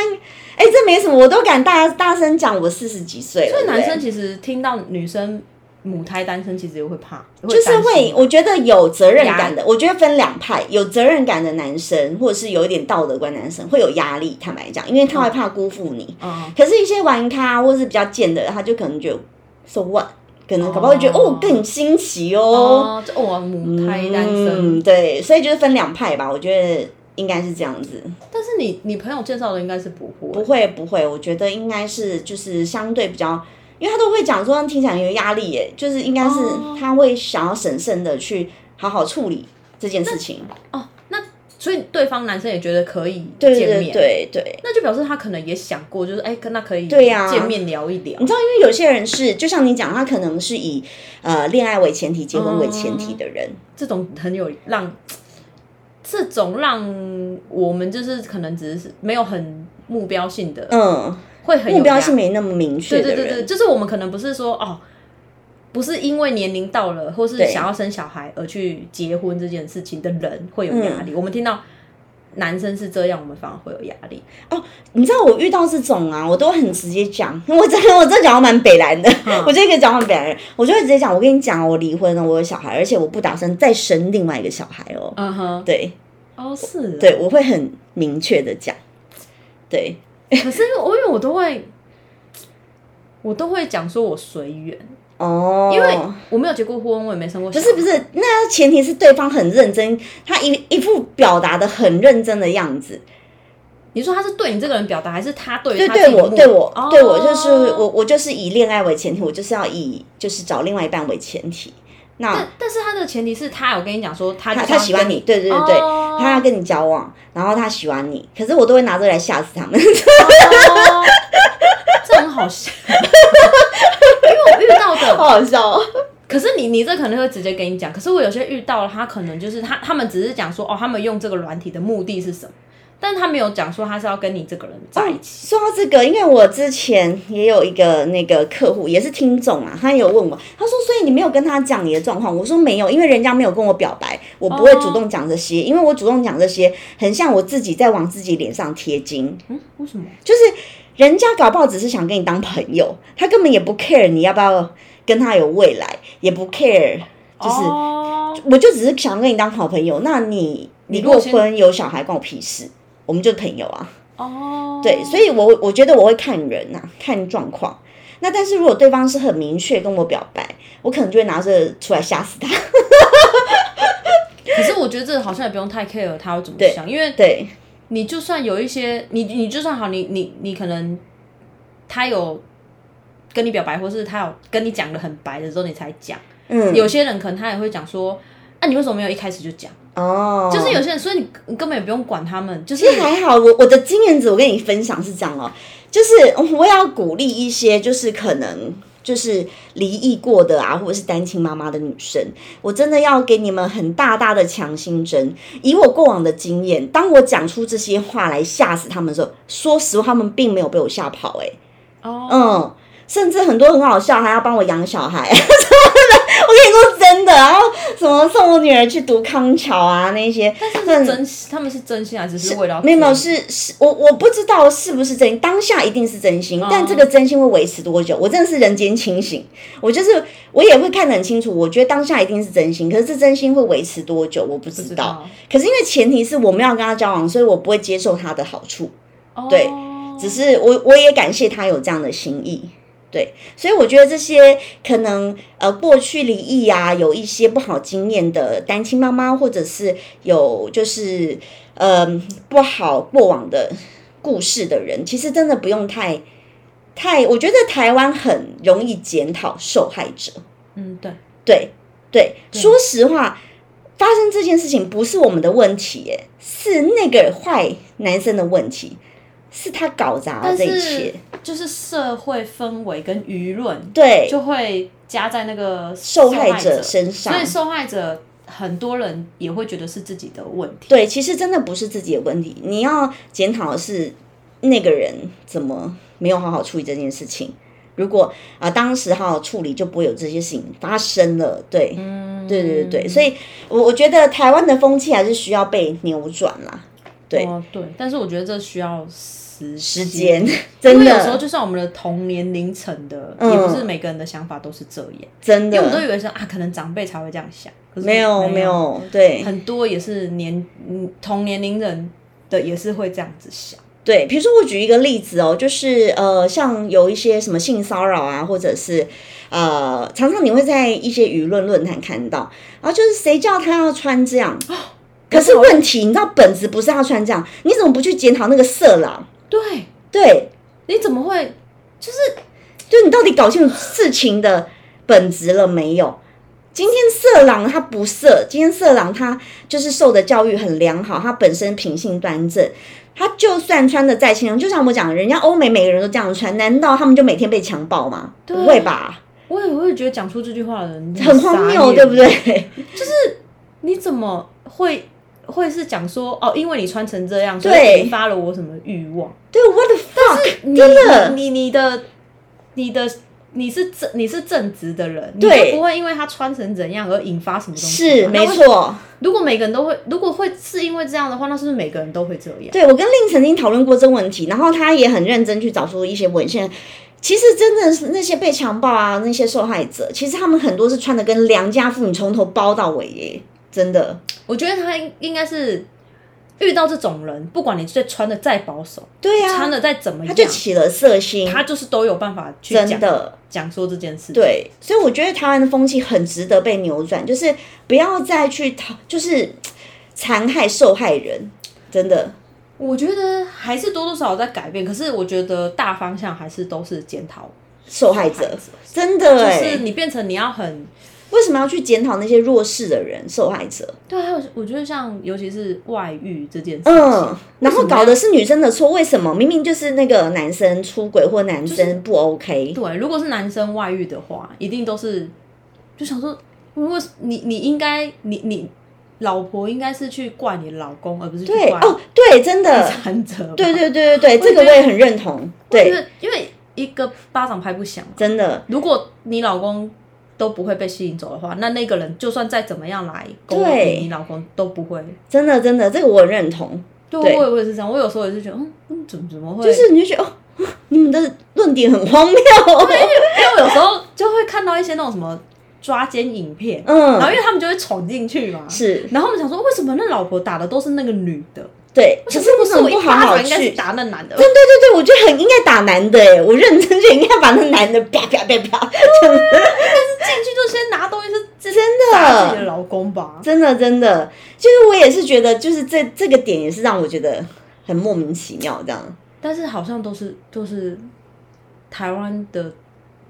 [SPEAKER 1] 哎、这没什么，我都敢大大声讲我四十几岁了，
[SPEAKER 2] 所以男
[SPEAKER 1] 对
[SPEAKER 2] 生其实听到女生母胎单身，其实也会怕，就
[SPEAKER 1] 就是会，我觉得有责任感的，我觉得分两派，有责任感的男生，或者是有一点道德观的男生，会有压力。坦白讲，因为他会怕辜负你。
[SPEAKER 2] 嗯，
[SPEAKER 1] 可是，一些玩咖或是比较贱的，他就可能觉得 so what，可能搞不好会觉得
[SPEAKER 2] 哦
[SPEAKER 1] 哦更新奇哦，
[SPEAKER 2] 哦，就哦，母胎单身。
[SPEAKER 1] 嗯，对，所以就是分两派吧，我觉得。应该是这样子，
[SPEAKER 2] 但是你你朋友介绍的应该是不会，
[SPEAKER 1] 不会不会，我觉得应该是就是相对比较，因为他都会讲说听起来有压力耶，就是应该是
[SPEAKER 2] 哦
[SPEAKER 1] 他会想要审慎的去好好处理这件事情。
[SPEAKER 2] 哦，那所以对方男生也觉得可以见
[SPEAKER 1] 对
[SPEAKER 2] 面，
[SPEAKER 1] 对对对，
[SPEAKER 2] 那就表示他可能也想过，就是哎，跟那可以
[SPEAKER 1] 对呀
[SPEAKER 2] 见面聊一聊
[SPEAKER 1] 你。知道，因为有些人是，就像你讲，他可能是以呃恋爱为前提、结婚为前提的人，
[SPEAKER 2] 这种很有让，这种让我们就是可能只是没有很目标性的，
[SPEAKER 1] 嗯，
[SPEAKER 2] 会很有
[SPEAKER 1] 目标
[SPEAKER 2] 压
[SPEAKER 1] 是没那么明确
[SPEAKER 2] 对
[SPEAKER 1] 的
[SPEAKER 2] 对
[SPEAKER 1] 人，
[SPEAKER 2] 对对，就是我们可能不是说哦，不是因为年龄到了或是
[SPEAKER 1] 对嗯
[SPEAKER 2] 想要生小孩而去结婚这件事情的人会有压力。我们听到男生是这样，我们反而会有压力。
[SPEAKER 1] 你知道我遇到这种啊，我都很直接讲， 我真的我真的讲话蛮北蓝的，
[SPEAKER 2] 嗯
[SPEAKER 1] 我真的可以讲话北蓝人，我就会直接讲，我跟你讲，我离婚了，我有小孩，而且我不打算再生另外一个小孩哦。
[SPEAKER 2] 嗯哼，
[SPEAKER 1] 对
[SPEAKER 2] 哦是，
[SPEAKER 1] 对，我会很明确的讲，对，
[SPEAKER 2] 可是我因为我都会，我都会讲说我随缘，
[SPEAKER 1] 哦，
[SPEAKER 2] 因为我没有结过婚，我也没生过小
[SPEAKER 1] 不
[SPEAKER 2] 孩，
[SPEAKER 1] 是不是，那前提是对方很认真，他一一副表达的很认真的样子。
[SPEAKER 2] 你说他是对你这个人表达，还是他对
[SPEAKER 1] 对
[SPEAKER 2] 于他
[SPEAKER 1] 对
[SPEAKER 2] 自己
[SPEAKER 1] 我
[SPEAKER 2] 目
[SPEAKER 1] 对我、
[SPEAKER 2] 哦
[SPEAKER 1] 对我就是我我就是以恋爱为前提，我就是要以就是找另外一半为前提。那
[SPEAKER 2] 但但是他的前提是他有跟你讲说他
[SPEAKER 1] 他他喜欢你，，对对对对，
[SPEAKER 2] 哦
[SPEAKER 1] 他要跟你交往，然后他喜欢你，可是我都会拿这来吓死他 们。
[SPEAKER 2] 哦这很好笑，因为我遇到的
[SPEAKER 1] 好好笑、哦，
[SPEAKER 2] 可是你你这可能会直接跟你讲，可是我有些遇到了，他可能就是他他们只是讲说哦，他们用这个软体的目的是什么，但他没有讲说他是要跟你这个人在一起。
[SPEAKER 1] 哦说到这个，因为我之前也有一个那个客户，也是听众啊，他有问我，他说：“所以你没有跟他讲你的状况？”我说：“没有，因为人家没有跟我表白，我不会主动讲这
[SPEAKER 2] 哦
[SPEAKER 1] 些，因为我主动讲这些，很像我自己在往自己脸上贴金。
[SPEAKER 2] 嗯，为什么？
[SPEAKER 1] 人家搞不好只是想跟你当朋友，他根本也不 care 你要不要跟他有未来，也不 care，就是、
[SPEAKER 2] 哦
[SPEAKER 1] 我就只是想跟你当好朋友。那你
[SPEAKER 2] 你
[SPEAKER 1] 离
[SPEAKER 2] 如果
[SPEAKER 1] 过
[SPEAKER 2] 先
[SPEAKER 1] 婚有小孩关我屁事，我们就是朋友啊。”
[SPEAKER 2] 哦，
[SPEAKER 1] 对，所以我我觉得我会看人呐、看状况。那但是如果对方是很明确跟我表白，我可能就会拿着出来吓死他。
[SPEAKER 2] 可是我觉得这好像也不用太 care 他会怎么想，因为
[SPEAKER 1] 对，
[SPEAKER 2] 你就算有一些你你就算好你你你可能他有跟你表白，或是他有跟你讲的很白的时候，你才讲。
[SPEAKER 1] 嗯，
[SPEAKER 2] 有些人可能他也会讲说，那、你为什么没有一开始就讲？
[SPEAKER 1] 哦，
[SPEAKER 2] 就是有些人，所以你你根本也不用管他们，就是
[SPEAKER 1] 其实还好，我我的经验值我跟你分享是这样哦，就是我也要鼓励一些，就是可能就是离异过的啊，或者是单亲妈妈的女生，我真的要给你们很大大的强心针。以我过往的经验，当我讲出这些话来吓死他们的时候，说实话，他们并没有被我吓跑、欸，
[SPEAKER 2] 哦，
[SPEAKER 1] 嗯，甚至很多很好笑，还要帮我养小孩 什么的。我跟你说真的，然后什么送我女儿去读康桥啊那些，
[SPEAKER 2] 但是是真心，他们是真心还是只是为了要
[SPEAKER 1] 没有没有
[SPEAKER 2] 追
[SPEAKER 1] 是是，我我不知道是不是真心，当下一定是真心，但这个真心会维持多久？我真的是人间清醒，我就是我也会看得很清楚，我觉得当下一定是真心，可是这真心会维持多久？我不
[SPEAKER 2] 不
[SPEAKER 1] 知
[SPEAKER 2] 知
[SPEAKER 1] 道。，可是因为前提是我们要跟他交往，所以我不会接受他的好处。
[SPEAKER 2] 对，哦
[SPEAKER 1] 只是我我也感谢他有这样的心意。对，所以我觉得这些可能呃过去离异啊，有一些不好经验的单亲妈妈，或者是有就是呃不好过往的故事的人，其实真的不用太太，我觉得台湾很容易检讨受害者。
[SPEAKER 2] 嗯对，
[SPEAKER 1] 对对，说实话，发生这件事情不是我们的问题，耶，是那个坏男生的问题，是他搞砸了
[SPEAKER 2] 但
[SPEAKER 1] 这一
[SPEAKER 2] 是
[SPEAKER 1] 切。
[SPEAKER 2] 就是社会氛围跟舆论
[SPEAKER 1] 对，
[SPEAKER 2] 就会加在那个
[SPEAKER 1] 受
[SPEAKER 2] 害
[SPEAKER 1] 害者身上
[SPEAKER 2] 所以，受害者很多人也会觉得是自己的问题，
[SPEAKER 1] 对，其实真的不是自己的问题，你要检讨的是那个人怎么没有好好处理这件事情。如果啊、当时好好处理，就不会有这些事情发生了。对，
[SPEAKER 2] 嗯，
[SPEAKER 1] 对对对，所以我我觉得台湾的风气还是需要被扭转啦，对
[SPEAKER 2] 哦对，但是我觉得这需要时
[SPEAKER 1] 时
[SPEAKER 2] 时
[SPEAKER 1] 间。
[SPEAKER 2] 因
[SPEAKER 1] 真
[SPEAKER 2] 为
[SPEAKER 1] 的，
[SPEAKER 2] 有时候就算我们的嗯同年龄层的，也不是每个人的想法都是这样。
[SPEAKER 1] 真
[SPEAKER 2] 因为我都
[SPEAKER 1] 的
[SPEAKER 2] 以为是啊，可能长辈才会这样想，可是
[SPEAKER 1] 没有没有，对
[SPEAKER 2] 很多也是年嗯同年龄人的也是会这样子想。
[SPEAKER 1] 对，比如说我举一个例子哦，就是呃，像有一些什么性骚扰啊，或者是呃，常常你会在一些舆论论坛看到，然后就是谁叫他要穿这样？
[SPEAKER 2] 哦
[SPEAKER 1] 可是问题，你知道本质不是他穿这样，你怎么不去检讨那个色狼？
[SPEAKER 2] 对，
[SPEAKER 1] 对，
[SPEAKER 2] 你怎么会？
[SPEAKER 1] 就你到底搞清楚事情的本质了没有？今天色狼他不色，今天色狼他就是受的教育很良好，他本身品性端正，他就算穿的再清凉，就像我讲的，人家欧美每个人都这样穿，难道他们就每天被强暴吗？
[SPEAKER 2] 对
[SPEAKER 1] 不会吧，
[SPEAKER 2] 我也会觉得讲出这句话的人
[SPEAKER 1] 很荒
[SPEAKER 2] 傻
[SPEAKER 1] 谬，
[SPEAKER 2] 眼
[SPEAKER 1] 对不？对？
[SPEAKER 2] 你怎么会会是讲说哦，因为你穿成这样，所
[SPEAKER 1] 对
[SPEAKER 2] 以引发了我什么欲望？
[SPEAKER 1] 对，what the fuck？
[SPEAKER 2] 你
[SPEAKER 1] 真的
[SPEAKER 2] 你你你的你的你是正你是正直的人，你
[SPEAKER 1] 对
[SPEAKER 2] 就不会因为他穿成怎样而引发什么东西。
[SPEAKER 1] 是
[SPEAKER 2] 那
[SPEAKER 1] 没
[SPEAKER 2] 会。
[SPEAKER 1] 错。
[SPEAKER 2] 如果每个人都会，如果会是因为这样的话，那是不是每个人都会这样？
[SPEAKER 1] 对我跟令曾经讨论过这个问题，然后他也很认真去找出一些文献。其实真的是那些被强暴啊，那些受害者，其实他们很多是穿的跟良家妇女从头包到尾耶，真的。
[SPEAKER 2] 我觉得他应应该是遇到这种人，不管你这穿的再保守，
[SPEAKER 1] 对呀、
[SPEAKER 2] 穿的再怎么
[SPEAKER 1] 他
[SPEAKER 2] 样，
[SPEAKER 1] 就起了色心，
[SPEAKER 2] 他就是都有办法去
[SPEAKER 1] 真
[SPEAKER 2] 讲
[SPEAKER 1] 的。
[SPEAKER 2] 讲说这件事。，
[SPEAKER 1] 对，所以我觉得台湾的风气很值得被扭转，就是不要再去讨，就是残害受害人，真的。
[SPEAKER 2] 我觉得还是多多少少在改变，可是我觉得大方向还是都是检讨
[SPEAKER 1] 受害者，真的
[SPEAKER 2] 就
[SPEAKER 1] 哎、
[SPEAKER 2] 是你变成你要很
[SPEAKER 1] 为什么要去检讨那些弱势的人、受害者？
[SPEAKER 2] 对啊，还有我觉得像尤其是外遇这件事情，
[SPEAKER 1] 嗯，然后搞的是女生的错，为什么？明明就是那个男生出轨或男生不 OK，、
[SPEAKER 2] 对，如果是男生外遇的话，一定都是就想说，如果是你你应该你你老婆应该是去怪你老公，而不是去
[SPEAKER 1] 对
[SPEAKER 2] 怪
[SPEAKER 1] 哦，对，真的，
[SPEAKER 2] 第三者吧。
[SPEAKER 1] 对对对对对，这个我也很认同，
[SPEAKER 2] 因
[SPEAKER 1] 对，
[SPEAKER 2] 为因为一个巴掌拍不响嘛。
[SPEAKER 1] 真的，
[SPEAKER 2] 如果你老公都不会被吸引走的话，那那个人就算再怎么样来勾
[SPEAKER 1] 对
[SPEAKER 2] 引你老公都不会。
[SPEAKER 1] 真的真的，这个我很认同，
[SPEAKER 2] 对，
[SPEAKER 1] 对
[SPEAKER 2] 我也我也是这样，我有时候也是觉得，嗯，嗯怎么怎么会？
[SPEAKER 1] 就是你就觉得哦，你们的论点很荒谬哦，
[SPEAKER 2] 因为我有时候就会看到一些那种什么抓奸影片，然后
[SPEAKER 1] 嗯，
[SPEAKER 2] 因为他们就会闯进去嘛，
[SPEAKER 1] 是
[SPEAKER 2] 然后我们想说，为什么那老婆打的都是那个女的？
[SPEAKER 1] 对，
[SPEAKER 2] 我
[SPEAKER 1] 可
[SPEAKER 2] 想
[SPEAKER 1] 是
[SPEAKER 2] 说
[SPEAKER 1] 为
[SPEAKER 2] 不
[SPEAKER 1] 什么
[SPEAKER 2] 我
[SPEAKER 1] 不
[SPEAKER 2] 一
[SPEAKER 1] 好
[SPEAKER 2] 巴
[SPEAKER 1] 好
[SPEAKER 2] 掌应该
[SPEAKER 1] 去
[SPEAKER 2] 是？打那男的？
[SPEAKER 1] 对对对，我觉得很应该打男的哎，我认真就应该把那男的啪啪啪啪，
[SPEAKER 2] 进去就先拿东西是真
[SPEAKER 1] 真
[SPEAKER 2] 打自己的
[SPEAKER 1] 的，
[SPEAKER 2] 老公吧？
[SPEAKER 1] 真的真的，就是我也是觉得，就是这这个点也是让我觉得很莫名其妙这样。
[SPEAKER 2] 但是好像都是都是台湾的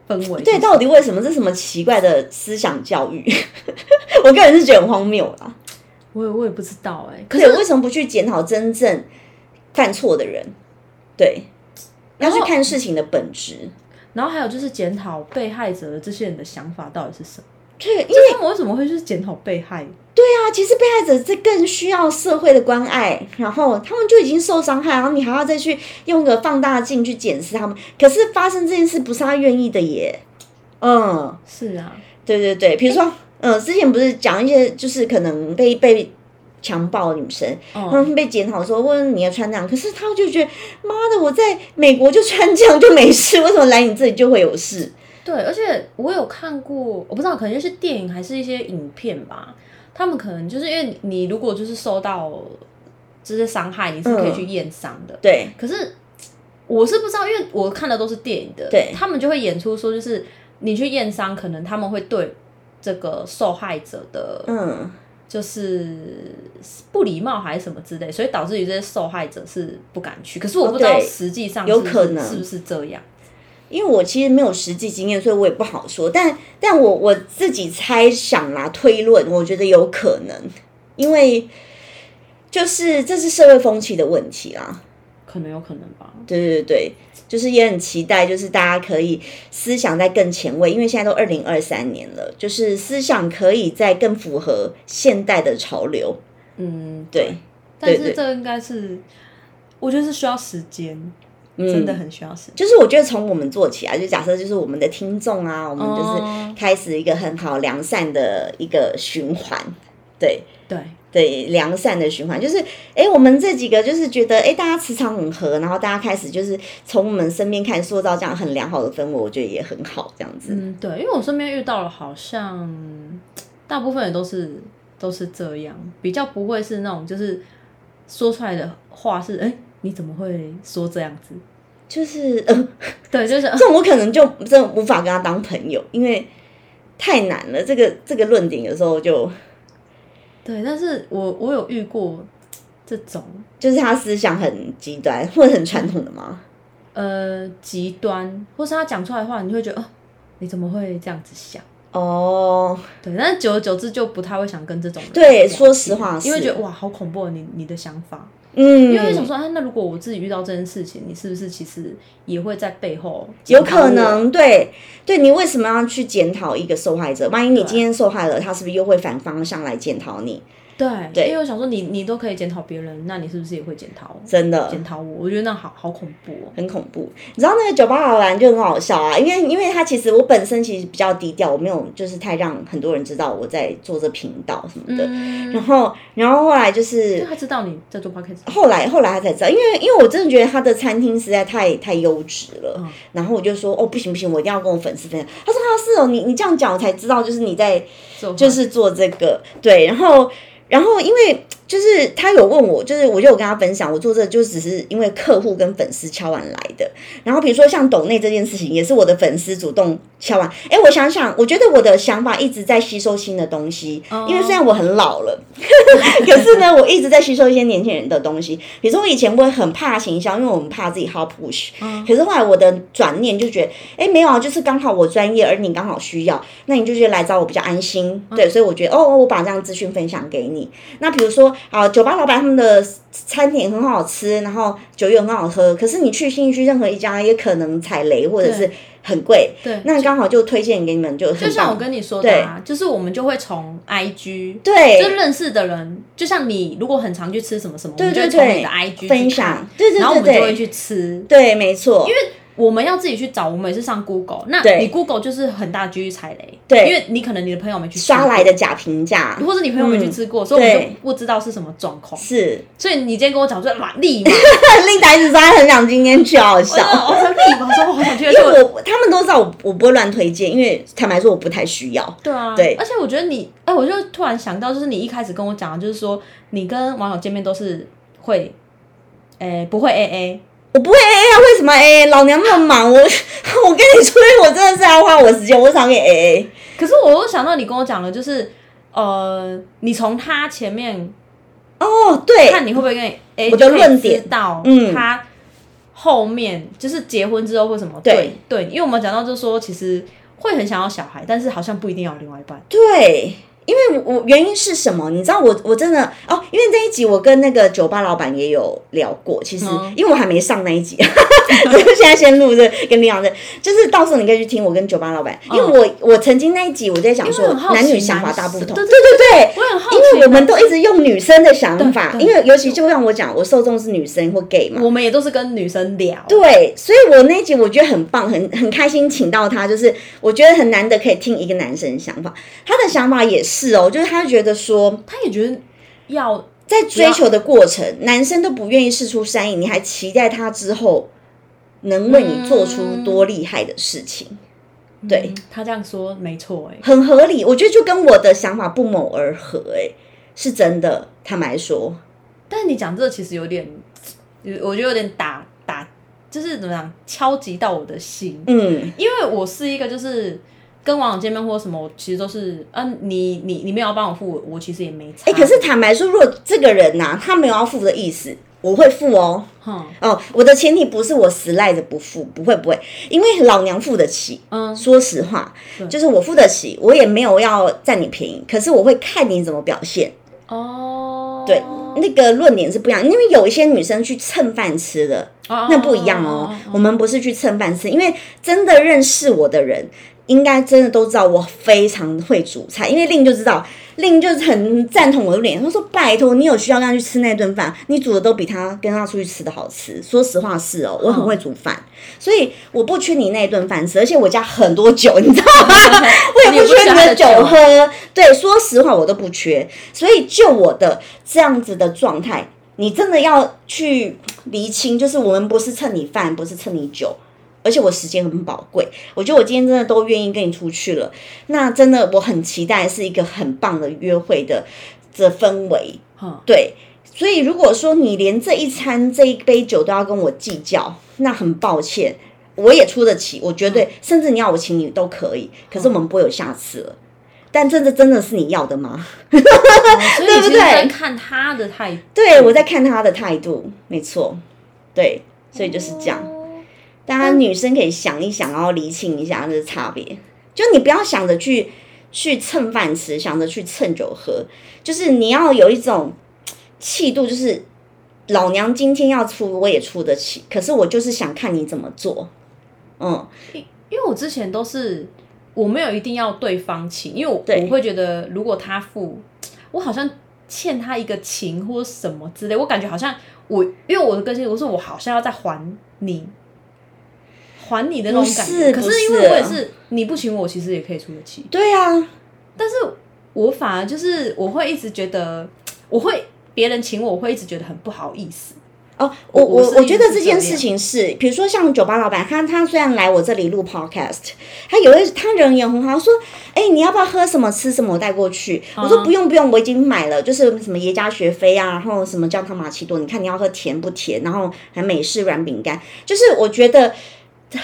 [SPEAKER 2] 氛围，
[SPEAKER 1] 对，到底为什么这什么奇怪的思想教育？ 我个人是觉得很荒谬啦。
[SPEAKER 2] 我也我也不知道哎、可
[SPEAKER 1] 对，
[SPEAKER 2] 是
[SPEAKER 1] 为什么不去检讨真正犯错的人？对，要
[SPEAKER 2] 然后
[SPEAKER 1] 去看事情的本质。
[SPEAKER 2] 然后还有就是检讨被害者的这些人的想法到底是什么？
[SPEAKER 1] 对，因为
[SPEAKER 2] 就是他们为什么会去检讨被害？
[SPEAKER 1] 对啊，其实被害者这更需要社会的关爱，然后他们就已经受伤害，然后你还要再去用个放大镜去检视他们。可是发生这件事不是他愿意的耶。嗯，
[SPEAKER 2] 是啊，
[SPEAKER 1] 对对对，比如说，嗯，之前不是讲一些就是可能被被强暴的女生，
[SPEAKER 2] 嗯
[SPEAKER 1] 他们被检讨说问你要穿这样，可是他就觉得妈的，我在美国就穿这样就没事，为什么来你这里就会有事？
[SPEAKER 2] 对，而且我有看过，我不知道可能就是电影还是一些影片吧，他们可能就是因为你如果就是受到这些伤害，你是
[SPEAKER 1] 嗯
[SPEAKER 2] 可以去验伤的。
[SPEAKER 1] 对，
[SPEAKER 2] 可是我是不知道，因为我看的都是电影的，
[SPEAKER 1] 对
[SPEAKER 2] 他们就会演出说，就是你去验伤，可能他们会对这个受害者的
[SPEAKER 1] 嗯，
[SPEAKER 2] 就是不礼貌还是什么之类，所以导致于这些受害者是不敢去。可是我不知
[SPEAKER 1] 哦
[SPEAKER 2] 道
[SPEAKER 1] 对
[SPEAKER 2] 实际上
[SPEAKER 1] 有
[SPEAKER 2] 是不是
[SPEAKER 1] 可能
[SPEAKER 2] 是不是这样。
[SPEAKER 1] 因为我其实没有实际经验，所以我也不好说。但但我我自己猜想啦、推论，我觉得有可能，因为就是这是社会风气的问题啦。
[SPEAKER 2] 可能有可能吧，
[SPEAKER 1] 对对对，就是也很期待，就是大家可以思想在更前卫，因为现在都二零二三年了，就是思想可以在更符合现代的潮流。
[SPEAKER 2] 嗯，
[SPEAKER 1] 对，
[SPEAKER 2] 但
[SPEAKER 1] 对
[SPEAKER 2] 是这应该是，我觉得是需要时间，
[SPEAKER 1] 嗯
[SPEAKER 2] 真的很需要时间。
[SPEAKER 1] 就是我觉得从我们做起啊，就假设就是我们的听众啊，我们就是
[SPEAKER 2] 哦
[SPEAKER 1] 开始一个很好良善的一个循环，对
[SPEAKER 2] 对，
[SPEAKER 1] 对，良善的循环就是，哎，我们这几个就是觉得，哎，大家磁场很合，然后大家开始就是从我们身边开始塑造这样很良好的氛围，我觉得也很好，这样子，
[SPEAKER 2] 嗯，对，因为我身边遇到了，好像大部分人都是都是这样，比较不会是那种就是说出来的话是，哎、你怎么会说这样 子？
[SPEAKER 1] 就是，呃，
[SPEAKER 2] 对，就是
[SPEAKER 1] 这种我可能就真的无法跟他当朋友，因为太难了，这个这个论点有时候就
[SPEAKER 2] 对，但是我我有遇过这种
[SPEAKER 1] 就是他思想很极端或者很传统的嘛，
[SPEAKER 2] 呃极端，或是他讲出来的话，你就会觉得，哦、你怎么会这样子想？
[SPEAKER 1] 哦、
[SPEAKER 2] 对，但是久而久之就不太会想跟这种人
[SPEAKER 1] 对
[SPEAKER 2] 聊天
[SPEAKER 1] 说实话是
[SPEAKER 2] 因为觉得哇，好恐怖哦，你你的想法，
[SPEAKER 1] 嗯，
[SPEAKER 2] 因为会想说，哎、那如果我自己遇到这件事情，你是不是其实也会在背后
[SPEAKER 1] 有
[SPEAKER 2] 检讨我
[SPEAKER 1] 可？能，对对，你为什么要去检讨一个受害者？万一你今天受害了，他是不是又会反方向来检讨你？
[SPEAKER 2] 对，
[SPEAKER 1] 对
[SPEAKER 2] 因为我想说你你都可以检讨别人，那你是不是也会检讨
[SPEAKER 1] 真的
[SPEAKER 2] 检讨我？我觉得那好好恐怖哦。
[SPEAKER 1] 很恐怖。你知道那个酒吧老板就很好笑啊，因为因为他其实我本身其实比较低调，我没有就是太让很多人知道我在做这频道什么的。
[SPEAKER 2] 嗯，
[SPEAKER 1] 然后然后后来就是
[SPEAKER 2] 就他知道你在做 podcast，
[SPEAKER 1] 后来后来他才知道，因为因为我真的觉得他的餐厅实在太太优质了，
[SPEAKER 2] 嗯
[SPEAKER 1] 然后我就说哦不行不行，我一定要跟我粉丝分享。他说啊是哦，你你这样讲我才知道，就是你在
[SPEAKER 2] 做
[SPEAKER 1] 就是做这个对，然后然后因为就是他有问我，就是我就有跟他分享，我做这就只是因为客户跟粉丝敲完来的。然后比如说像抖内这件事情，也是我的粉丝主动敲完。哎，我想想，我觉得我的想法一直在吸收新的东西，因为虽然我很老了， 可是呢，我一直在吸收一些年轻人的东西。比如说我以前会很怕行销，因为我们怕自己 hot push，、可是后来我的转念就觉得，哎，没有啊，就是刚好我专业，而你刚好需要，那你就觉得来找我比较安心，对，所以我觉得哦，哦我把这样资讯分享给你。那比如说啊，酒吧老板他们的餐点很好吃，然后酒也很好喝，可是你去新义区任何一家也可能踩雷或者是很贵，
[SPEAKER 2] 对
[SPEAKER 1] 那刚好就推荐给你们就很
[SPEAKER 2] 就像我
[SPEAKER 1] 棒。
[SPEAKER 2] 跟你说的啊，就是我们就会从 IG 就
[SPEAKER 1] 对
[SPEAKER 2] 认识的人，就像你如果很常去吃什么什么，
[SPEAKER 1] 对对
[SPEAKER 2] 我们就会从
[SPEAKER 1] 对
[SPEAKER 2] 你的 IG 去看
[SPEAKER 1] 分享，，对对
[SPEAKER 2] 然后我
[SPEAKER 1] 对
[SPEAKER 2] 们就会
[SPEAKER 1] 对，
[SPEAKER 2] 去吃。
[SPEAKER 1] 对没错，因为
[SPEAKER 2] 我们要自己去找，我们也是上 Google，那
[SPEAKER 1] 对
[SPEAKER 2] 你 Google 就是很大几率踩雷，
[SPEAKER 1] 对
[SPEAKER 2] 因为你可能你的朋友没去吃
[SPEAKER 1] 刷
[SPEAKER 2] 过
[SPEAKER 1] 来的假评价
[SPEAKER 2] 或者你朋友没去吃过，所以我们
[SPEAKER 1] 对
[SPEAKER 2] 就不知道是什么状况。
[SPEAKER 1] 是，
[SPEAKER 2] 所以你今天跟我讲说，哇， 立马，
[SPEAKER 1] 令达一直说他很想今天去，好
[SPEAKER 2] 我就
[SPEAKER 1] 笑。
[SPEAKER 2] 我说立马，我说我好 想去，
[SPEAKER 1] 因为我他们都知道我我不会乱推荐，因为坦白说我不太需要。
[SPEAKER 2] 对啊，
[SPEAKER 1] 对
[SPEAKER 2] 而且我觉得你，哎、我就突然想到，就是你一开始跟我讲的，就是说你跟网友见面都是会，哎、不会 A A，
[SPEAKER 1] 我不会 AA 啊，为什么 AA？老娘那么忙，我 我跟你出去，我真的是要花我时间，我想给哎 AA。
[SPEAKER 2] 可是我又想到你跟我讲的，就是呃，你从他前面
[SPEAKER 1] 哦，对，
[SPEAKER 2] 看你会不会跟 A，
[SPEAKER 1] 我的论点
[SPEAKER 2] 到
[SPEAKER 1] 嗯
[SPEAKER 2] 他后面就是结婚之后或什么，
[SPEAKER 1] 对
[SPEAKER 2] 对对，因为我们讲到就是说，其实会很想要小孩，但是好像不一定要有另外一半。
[SPEAKER 1] 对，因为我我原因是什么？你知道我我真的哦，因为这一集我跟那个酒吧老板也有聊过，其实、
[SPEAKER 2] 嗯
[SPEAKER 1] 因为我还没上那一集， 所以我现在先录这跟李阳的，就是到时候你可以去听我跟酒吧老板，因为我、我曾经那一集我在讲
[SPEAKER 2] 嗯因为
[SPEAKER 1] 说
[SPEAKER 2] 很好奇
[SPEAKER 1] 男女想法大不同，
[SPEAKER 2] 男
[SPEAKER 1] 对
[SPEAKER 2] 生
[SPEAKER 1] 对对。
[SPEAKER 2] 我也很好奇，
[SPEAKER 1] 因为我们都一直用女生的想法，
[SPEAKER 2] 对对
[SPEAKER 1] 因为尤其就像我讲，我受众是女生或 gay 嘛，
[SPEAKER 2] 我们也都是跟女生聊，
[SPEAKER 1] 对，所以我那集我觉得很棒，很很开心，请到他，就是我觉得很难得可以听一个男生的想法，他的想法也是哦，就是他觉得说，
[SPEAKER 2] 他也觉得要
[SPEAKER 1] 在追求的过程，男生都不愿意试出善意，你还期待他之后能为你做出多厉害的事情，对
[SPEAKER 2] 嗯他这样说没错哎、
[SPEAKER 1] 很合理，我觉得就跟我的想法不谋而合、诶，是真的，坦白说，
[SPEAKER 2] 但是你讲这其实有点，有我觉得有点打打，就是怎么讲，敲击到我的心，
[SPEAKER 1] 嗯，
[SPEAKER 2] 因为我是一个就是跟网友见面或什么，我其实都是，嗯、你你你没有要帮我付，我其实也没差。
[SPEAKER 1] 哎、可是坦白说，如果这个人呐、他没有要付的意思，我会付哦。
[SPEAKER 2] 哼，
[SPEAKER 1] 哦，我的前提不是我死赖着不付，不会不会，因为老娘付得起。
[SPEAKER 2] 嗯，
[SPEAKER 1] 说实话，就是我付得起，我也没有要占你便宜，可是我会看你怎么表现。
[SPEAKER 2] 哦，
[SPEAKER 1] 对，那个论点是不一样，因为有一些女生去蹭饭吃的，
[SPEAKER 2] 哦
[SPEAKER 1] 那不一样哦。我们不是去蹭饭吃，因为真的认识我的人，应该真的都知道我非常会煮菜，因为令就知道。令就是很赞同我的脸，他说：“拜托，你有需要跟他去吃那顿饭，你煮的都比他跟他出去吃的好吃。说实话是哦，我很会煮饭，所以我不缺你那一顿饭吃，而且我家很多酒，你知道吗？ 我也不缺你的酒喝。对，说实话我都不缺，所以就我的这样子的状态，你真的要去厘清，就是我们不是蹭你饭，不是蹭你酒，而且我时间很宝贵。我觉得我今天真的都愿意跟你出去了，那真的我很期待是一个很棒的约会的的氛围。
[SPEAKER 2] 哼
[SPEAKER 1] 对，所以如果说你连这一餐这一杯酒都要跟我计较，那很抱歉，我也出得起，我绝对，甚至你要我请你都可以，可是我们不会有下次了。但真的真的是你要的吗？
[SPEAKER 2] 哦所以
[SPEAKER 1] 对不
[SPEAKER 2] 其实
[SPEAKER 1] 对
[SPEAKER 2] 在看他的态度，
[SPEAKER 1] 对我在看他的态度，没错，对，所以就是这样。大家女生可以想一想，然后厘清一下这差别。就你不要想着去去蹭饭吃，想着去蹭酒喝，就是你要有一种气度，就是老娘今天要出我也出得起，可是我就是想看你怎么做。嗯，
[SPEAKER 2] 因为我之前都是我没有一定要对方请，因为我
[SPEAKER 1] 对
[SPEAKER 2] 我会觉得如果他付，我好像欠他一个情或什么之类，我感觉好像我因为我的个性，我说我好像要再还你，还你的那种感
[SPEAKER 1] 不是
[SPEAKER 2] 觉。可
[SPEAKER 1] 不是
[SPEAKER 2] 是因为我也是你不请我，其实也可以出得起。
[SPEAKER 1] 对啊，
[SPEAKER 2] 但是我反而就是我会一直觉得，我会别人请我，我会一直觉得很不好意思。
[SPEAKER 1] 哦，我
[SPEAKER 2] 我
[SPEAKER 1] 我
[SPEAKER 2] 是
[SPEAKER 1] 我觉得
[SPEAKER 2] 一直
[SPEAKER 1] 这件
[SPEAKER 2] 这
[SPEAKER 1] 事
[SPEAKER 2] 样
[SPEAKER 1] 情是，比如说像酒吧老板，他他虽然来我这里录 podcast，他有一他人也很好，他说，哎、你要不要喝什么吃什么，我带过去。我说不用不用，我已经买了，就是什么耶加雪菲啊，然后什么焦糖玛奇朵，你看你要喝甜不甜，然后还美式软饼干，就是我觉得。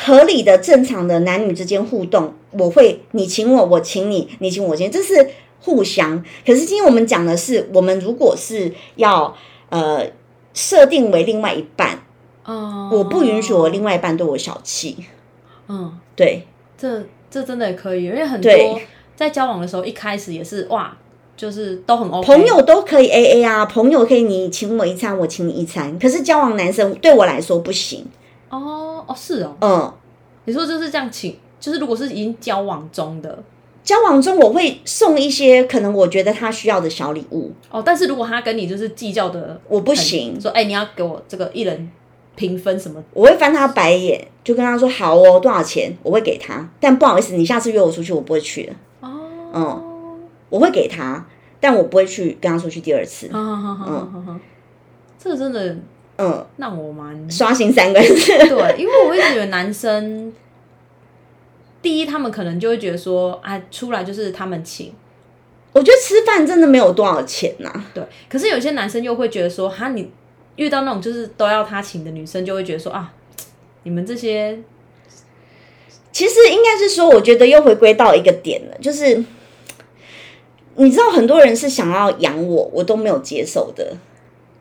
[SPEAKER 1] 合理的、正常的男女之间互动，我会你请我，我请你，你请我请你，这是互相。可是今天我们讲的是，我们如果是要呃设定为另外一半，
[SPEAKER 2] 嗯，
[SPEAKER 1] 我不允许我另外一半对我小气。
[SPEAKER 2] 嗯，
[SPEAKER 1] 对，
[SPEAKER 2] 这这真的也可以，因为很多
[SPEAKER 1] 对
[SPEAKER 2] 在交往的时候，一开始也是哇，就是都很 OK，
[SPEAKER 1] 朋友都可以 A A 啊，朋友可以你请我一餐，我请你一餐。可是交往男生对我来说不行，
[SPEAKER 2] 哦哦是哦，
[SPEAKER 1] 嗯，
[SPEAKER 2] 你说就是这样请，就是如果是已经交往中的
[SPEAKER 1] 交往中我会送一些可能我觉得他需要的小礼物，
[SPEAKER 2] 哦，但是如果他跟你就是计较的，
[SPEAKER 1] 我不行，
[SPEAKER 2] 说哎、你要给我这个一人平分什么，
[SPEAKER 1] 我会翻他白眼，就跟他说好哦，多少钱我会给他，但不好意思，你下次约我出去我不会去的，
[SPEAKER 2] 哦，
[SPEAKER 1] 我会给他，但我不会去跟他出去第二次，
[SPEAKER 2] 好好好好好好好，这个真的
[SPEAKER 1] 嗯，
[SPEAKER 2] 让我蛮
[SPEAKER 1] 刷新三观。
[SPEAKER 2] 对，因为我一直觉得男生，第一他们可能就会觉得说啊，出来就是他们请，
[SPEAKER 1] 我觉得吃饭真的没有多少钱啊呐、
[SPEAKER 2] 对。可是有些男生又会觉得说，哈，你遇到那种就是都要他请的女生，就会觉得说啊，你们这些
[SPEAKER 1] 其实应该是说，我觉得又回归到一个点了，就是你知道，很多人是想要养我，我都没有接受的。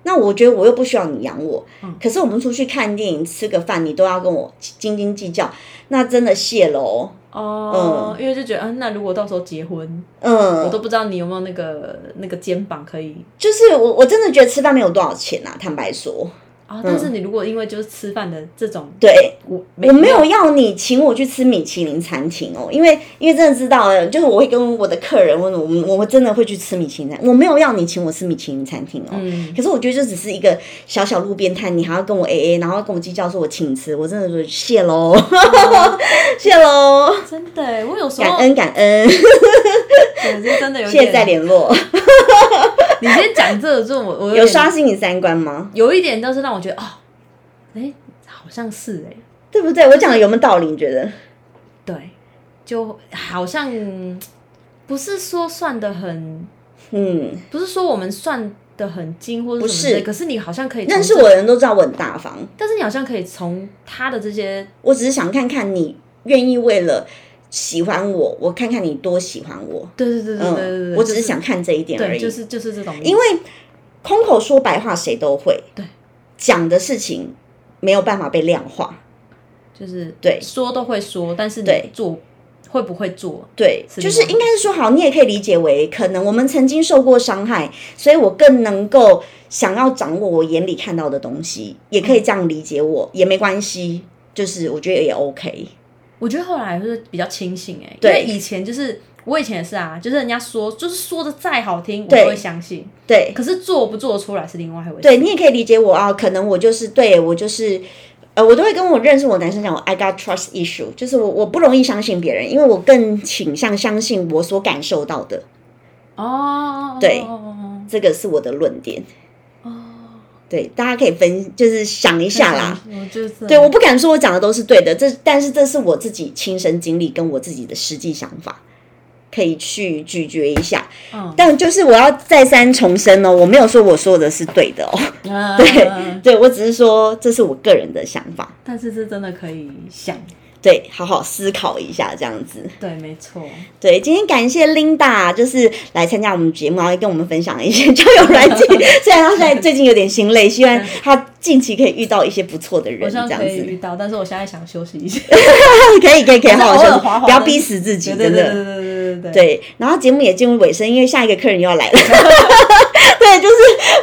[SPEAKER 1] 那我觉得我又不需要你养我，可是我们出去看电影、吃个饭，你都要跟我斤斤计较，那真的谢喽。
[SPEAKER 2] 哦，因为就觉得，嗯、那如果到时候结婚，我
[SPEAKER 1] 嗯，
[SPEAKER 2] 都不知道你有没有那个那个肩膀可以
[SPEAKER 1] 就是我我真的觉得吃饭没有多少钱啊，坦白说，
[SPEAKER 2] 啊、但是你如果因为就是吃饭的这种，
[SPEAKER 1] 嗯对
[SPEAKER 2] 我
[SPEAKER 1] 我没有要你请我去吃米其林餐厅哦，因为因为真的知道了，就是我会跟我的客人问我们，我们真的会去吃米其林餐，我没有要你请我吃米其林餐厅哦。
[SPEAKER 2] 嗯
[SPEAKER 1] 可是我觉得这只是一个小小路边摊，你还要跟我 A A，然后跟我计较说我请你吃，我真的说谢喽， 谢喽，
[SPEAKER 2] 真的欸耶，我有时
[SPEAKER 1] 感
[SPEAKER 2] 候
[SPEAKER 1] 恩感恩，
[SPEAKER 2] 对，就真的有
[SPEAKER 1] 谢谢
[SPEAKER 2] 哦点。
[SPEAKER 1] 再联络。
[SPEAKER 2] 你先讲这个，就我我
[SPEAKER 1] 有
[SPEAKER 2] 点
[SPEAKER 1] 刷新你三观吗？
[SPEAKER 2] 有一点倒是让我觉得哦，哎、好像是哎、
[SPEAKER 1] 对不对？我讲的有没有道理？你觉得？
[SPEAKER 2] 对，就好像嗯不是说算的很，
[SPEAKER 1] 嗯，
[SPEAKER 2] 不是说我们算的很精或者什么之类
[SPEAKER 1] 不是
[SPEAKER 2] 可是你好像可以从
[SPEAKER 1] 认识
[SPEAKER 2] 这，
[SPEAKER 1] 我的人都知道我很大方，
[SPEAKER 2] 但是你好像可以从他的这些
[SPEAKER 1] 我只是想看看你愿意为了喜欢我，我看看你多喜欢我。
[SPEAKER 2] 对对对对对对
[SPEAKER 1] 嗯，
[SPEAKER 2] 对，
[SPEAKER 1] 我只是
[SPEAKER 2] 就
[SPEAKER 1] 想看这一点而
[SPEAKER 2] 对，
[SPEAKER 1] 已。
[SPEAKER 2] 就是就是这种意思，
[SPEAKER 1] 因为空口说白话谁都会，
[SPEAKER 2] 对，
[SPEAKER 1] 讲的事情没有办法被量化，
[SPEAKER 2] 就是
[SPEAKER 1] 对
[SPEAKER 2] 说都会说，但是你
[SPEAKER 1] 对
[SPEAKER 2] 做会不会做？
[SPEAKER 1] 对，
[SPEAKER 2] 是
[SPEAKER 1] 就是
[SPEAKER 2] 吗
[SPEAKER 1] 应该是说好，你也可以理解为可能我们曾经受过伤害，所以我更能够想要掌握我眼里看到的东西，也可以这样理解我，也没关系，就是我觉得也 OK。
[SPEAKER 2] 我觉得后来就是比较清醒哎、欸，
[SPEAKER 1] 对
[SPEAKER 2] 因为以前就是我以前也是啊，就是人家说就是说的再好听，我
[SPEAKER 1] 对
[SPEAKER 2] 都会相信。
[SPEAKER 1] 对
[SPEAKER 2] 可是做不做得出来是另外一回事。
[SPEAKER 1] 对，你也可以理解我啊，可能我就是对我就是。呃，我都会跟我认识我的男生讲，我 I got trust issue，就是我我不容易相信别人，因为我更倾向相信我所感受到的，
[SPEAKER 2] 哦，
[SPEAKER 1] 对
[SPEAKER 2] 哦，
[SPEAKER 1] 这个是我的论点。
[SPEAKER 2] 哦嗯
[SPEAKER 1] 对，大家可以分，就是想一下啦。，
[SPEAKER 2] 我就是
[SPEAKER 1] 对，我不敢说我讲的都是对的，这但是这是我自己亲身经历跟我自己的实际想法，可以去咀嚼一下。
[SPEAKER 2] 嗯
[SPEAKER 1] 但就是我要再三重申哦，我没有说我说的是对的哦，
[SPEAKER 2] 对，
[SPEAKER 1] 对我只是说这是我个人的想法，
[SPEAKER 2] 嗯但是这真的可以想，
[SPEAKER 1] 对，好好思考一下这样子。
[SPEAKER 2] 对，没错，
[SPEAKER 1] 对，今天感谢 Linda，就是来参加我们节目，然后跟我们分享一些交友软 件。虽然她现在最近有点心累，希望她近期可以遇到一些不错的
[SPEAKER 2] 我
[SPEAKER 1] 人，这
[SPEAKER 2] 希望
[SPEAKER 1] 样
[SPEAKER 2] 可以
[SPEAKER 1] 子。
[SPEAKER 2] 遇到，但是我现在想休息一下，
[SPEAKER 1] 可以可以可以，好好
[SPEAKER 2] 偶尔
[SPEAKER 1] 休息
[SPEAKER 2] 滑滑
[SPEAKER 1] 不要
[SPEAKER 2] 的
[SPEAKER 1] 逼死自己，
[SPEAKER 2] 对
[SPEAKER 1] 真
[SPEAKER 2] 对对
[SPEAKER 1] 的。
[SPEAKER 2] 对对对对对，
[SPEAKER 1] 对，然后节目也进入尾声，因为下一个客人又要来了。 对，就是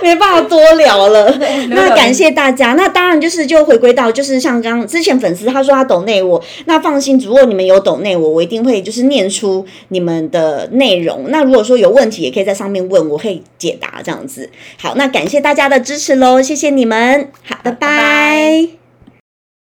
[SPEAKER 1] 没办法多聊了。那
[SPEAKER 2] 聊
[SPEAKER 1] 感谢大家。那当然就是就回归到就是像刚之前粉丝他说他抖内我，那放心，如果你们有抖内我，我一定会就是念出你们的内容。那如果说有问题，也可以在上面问，我可以解答这样子。好，那感谢大家的支持喽，谢谢你们。好，拜
[SPEAKER 2] 拜拜
[SPEAKER 1] 拜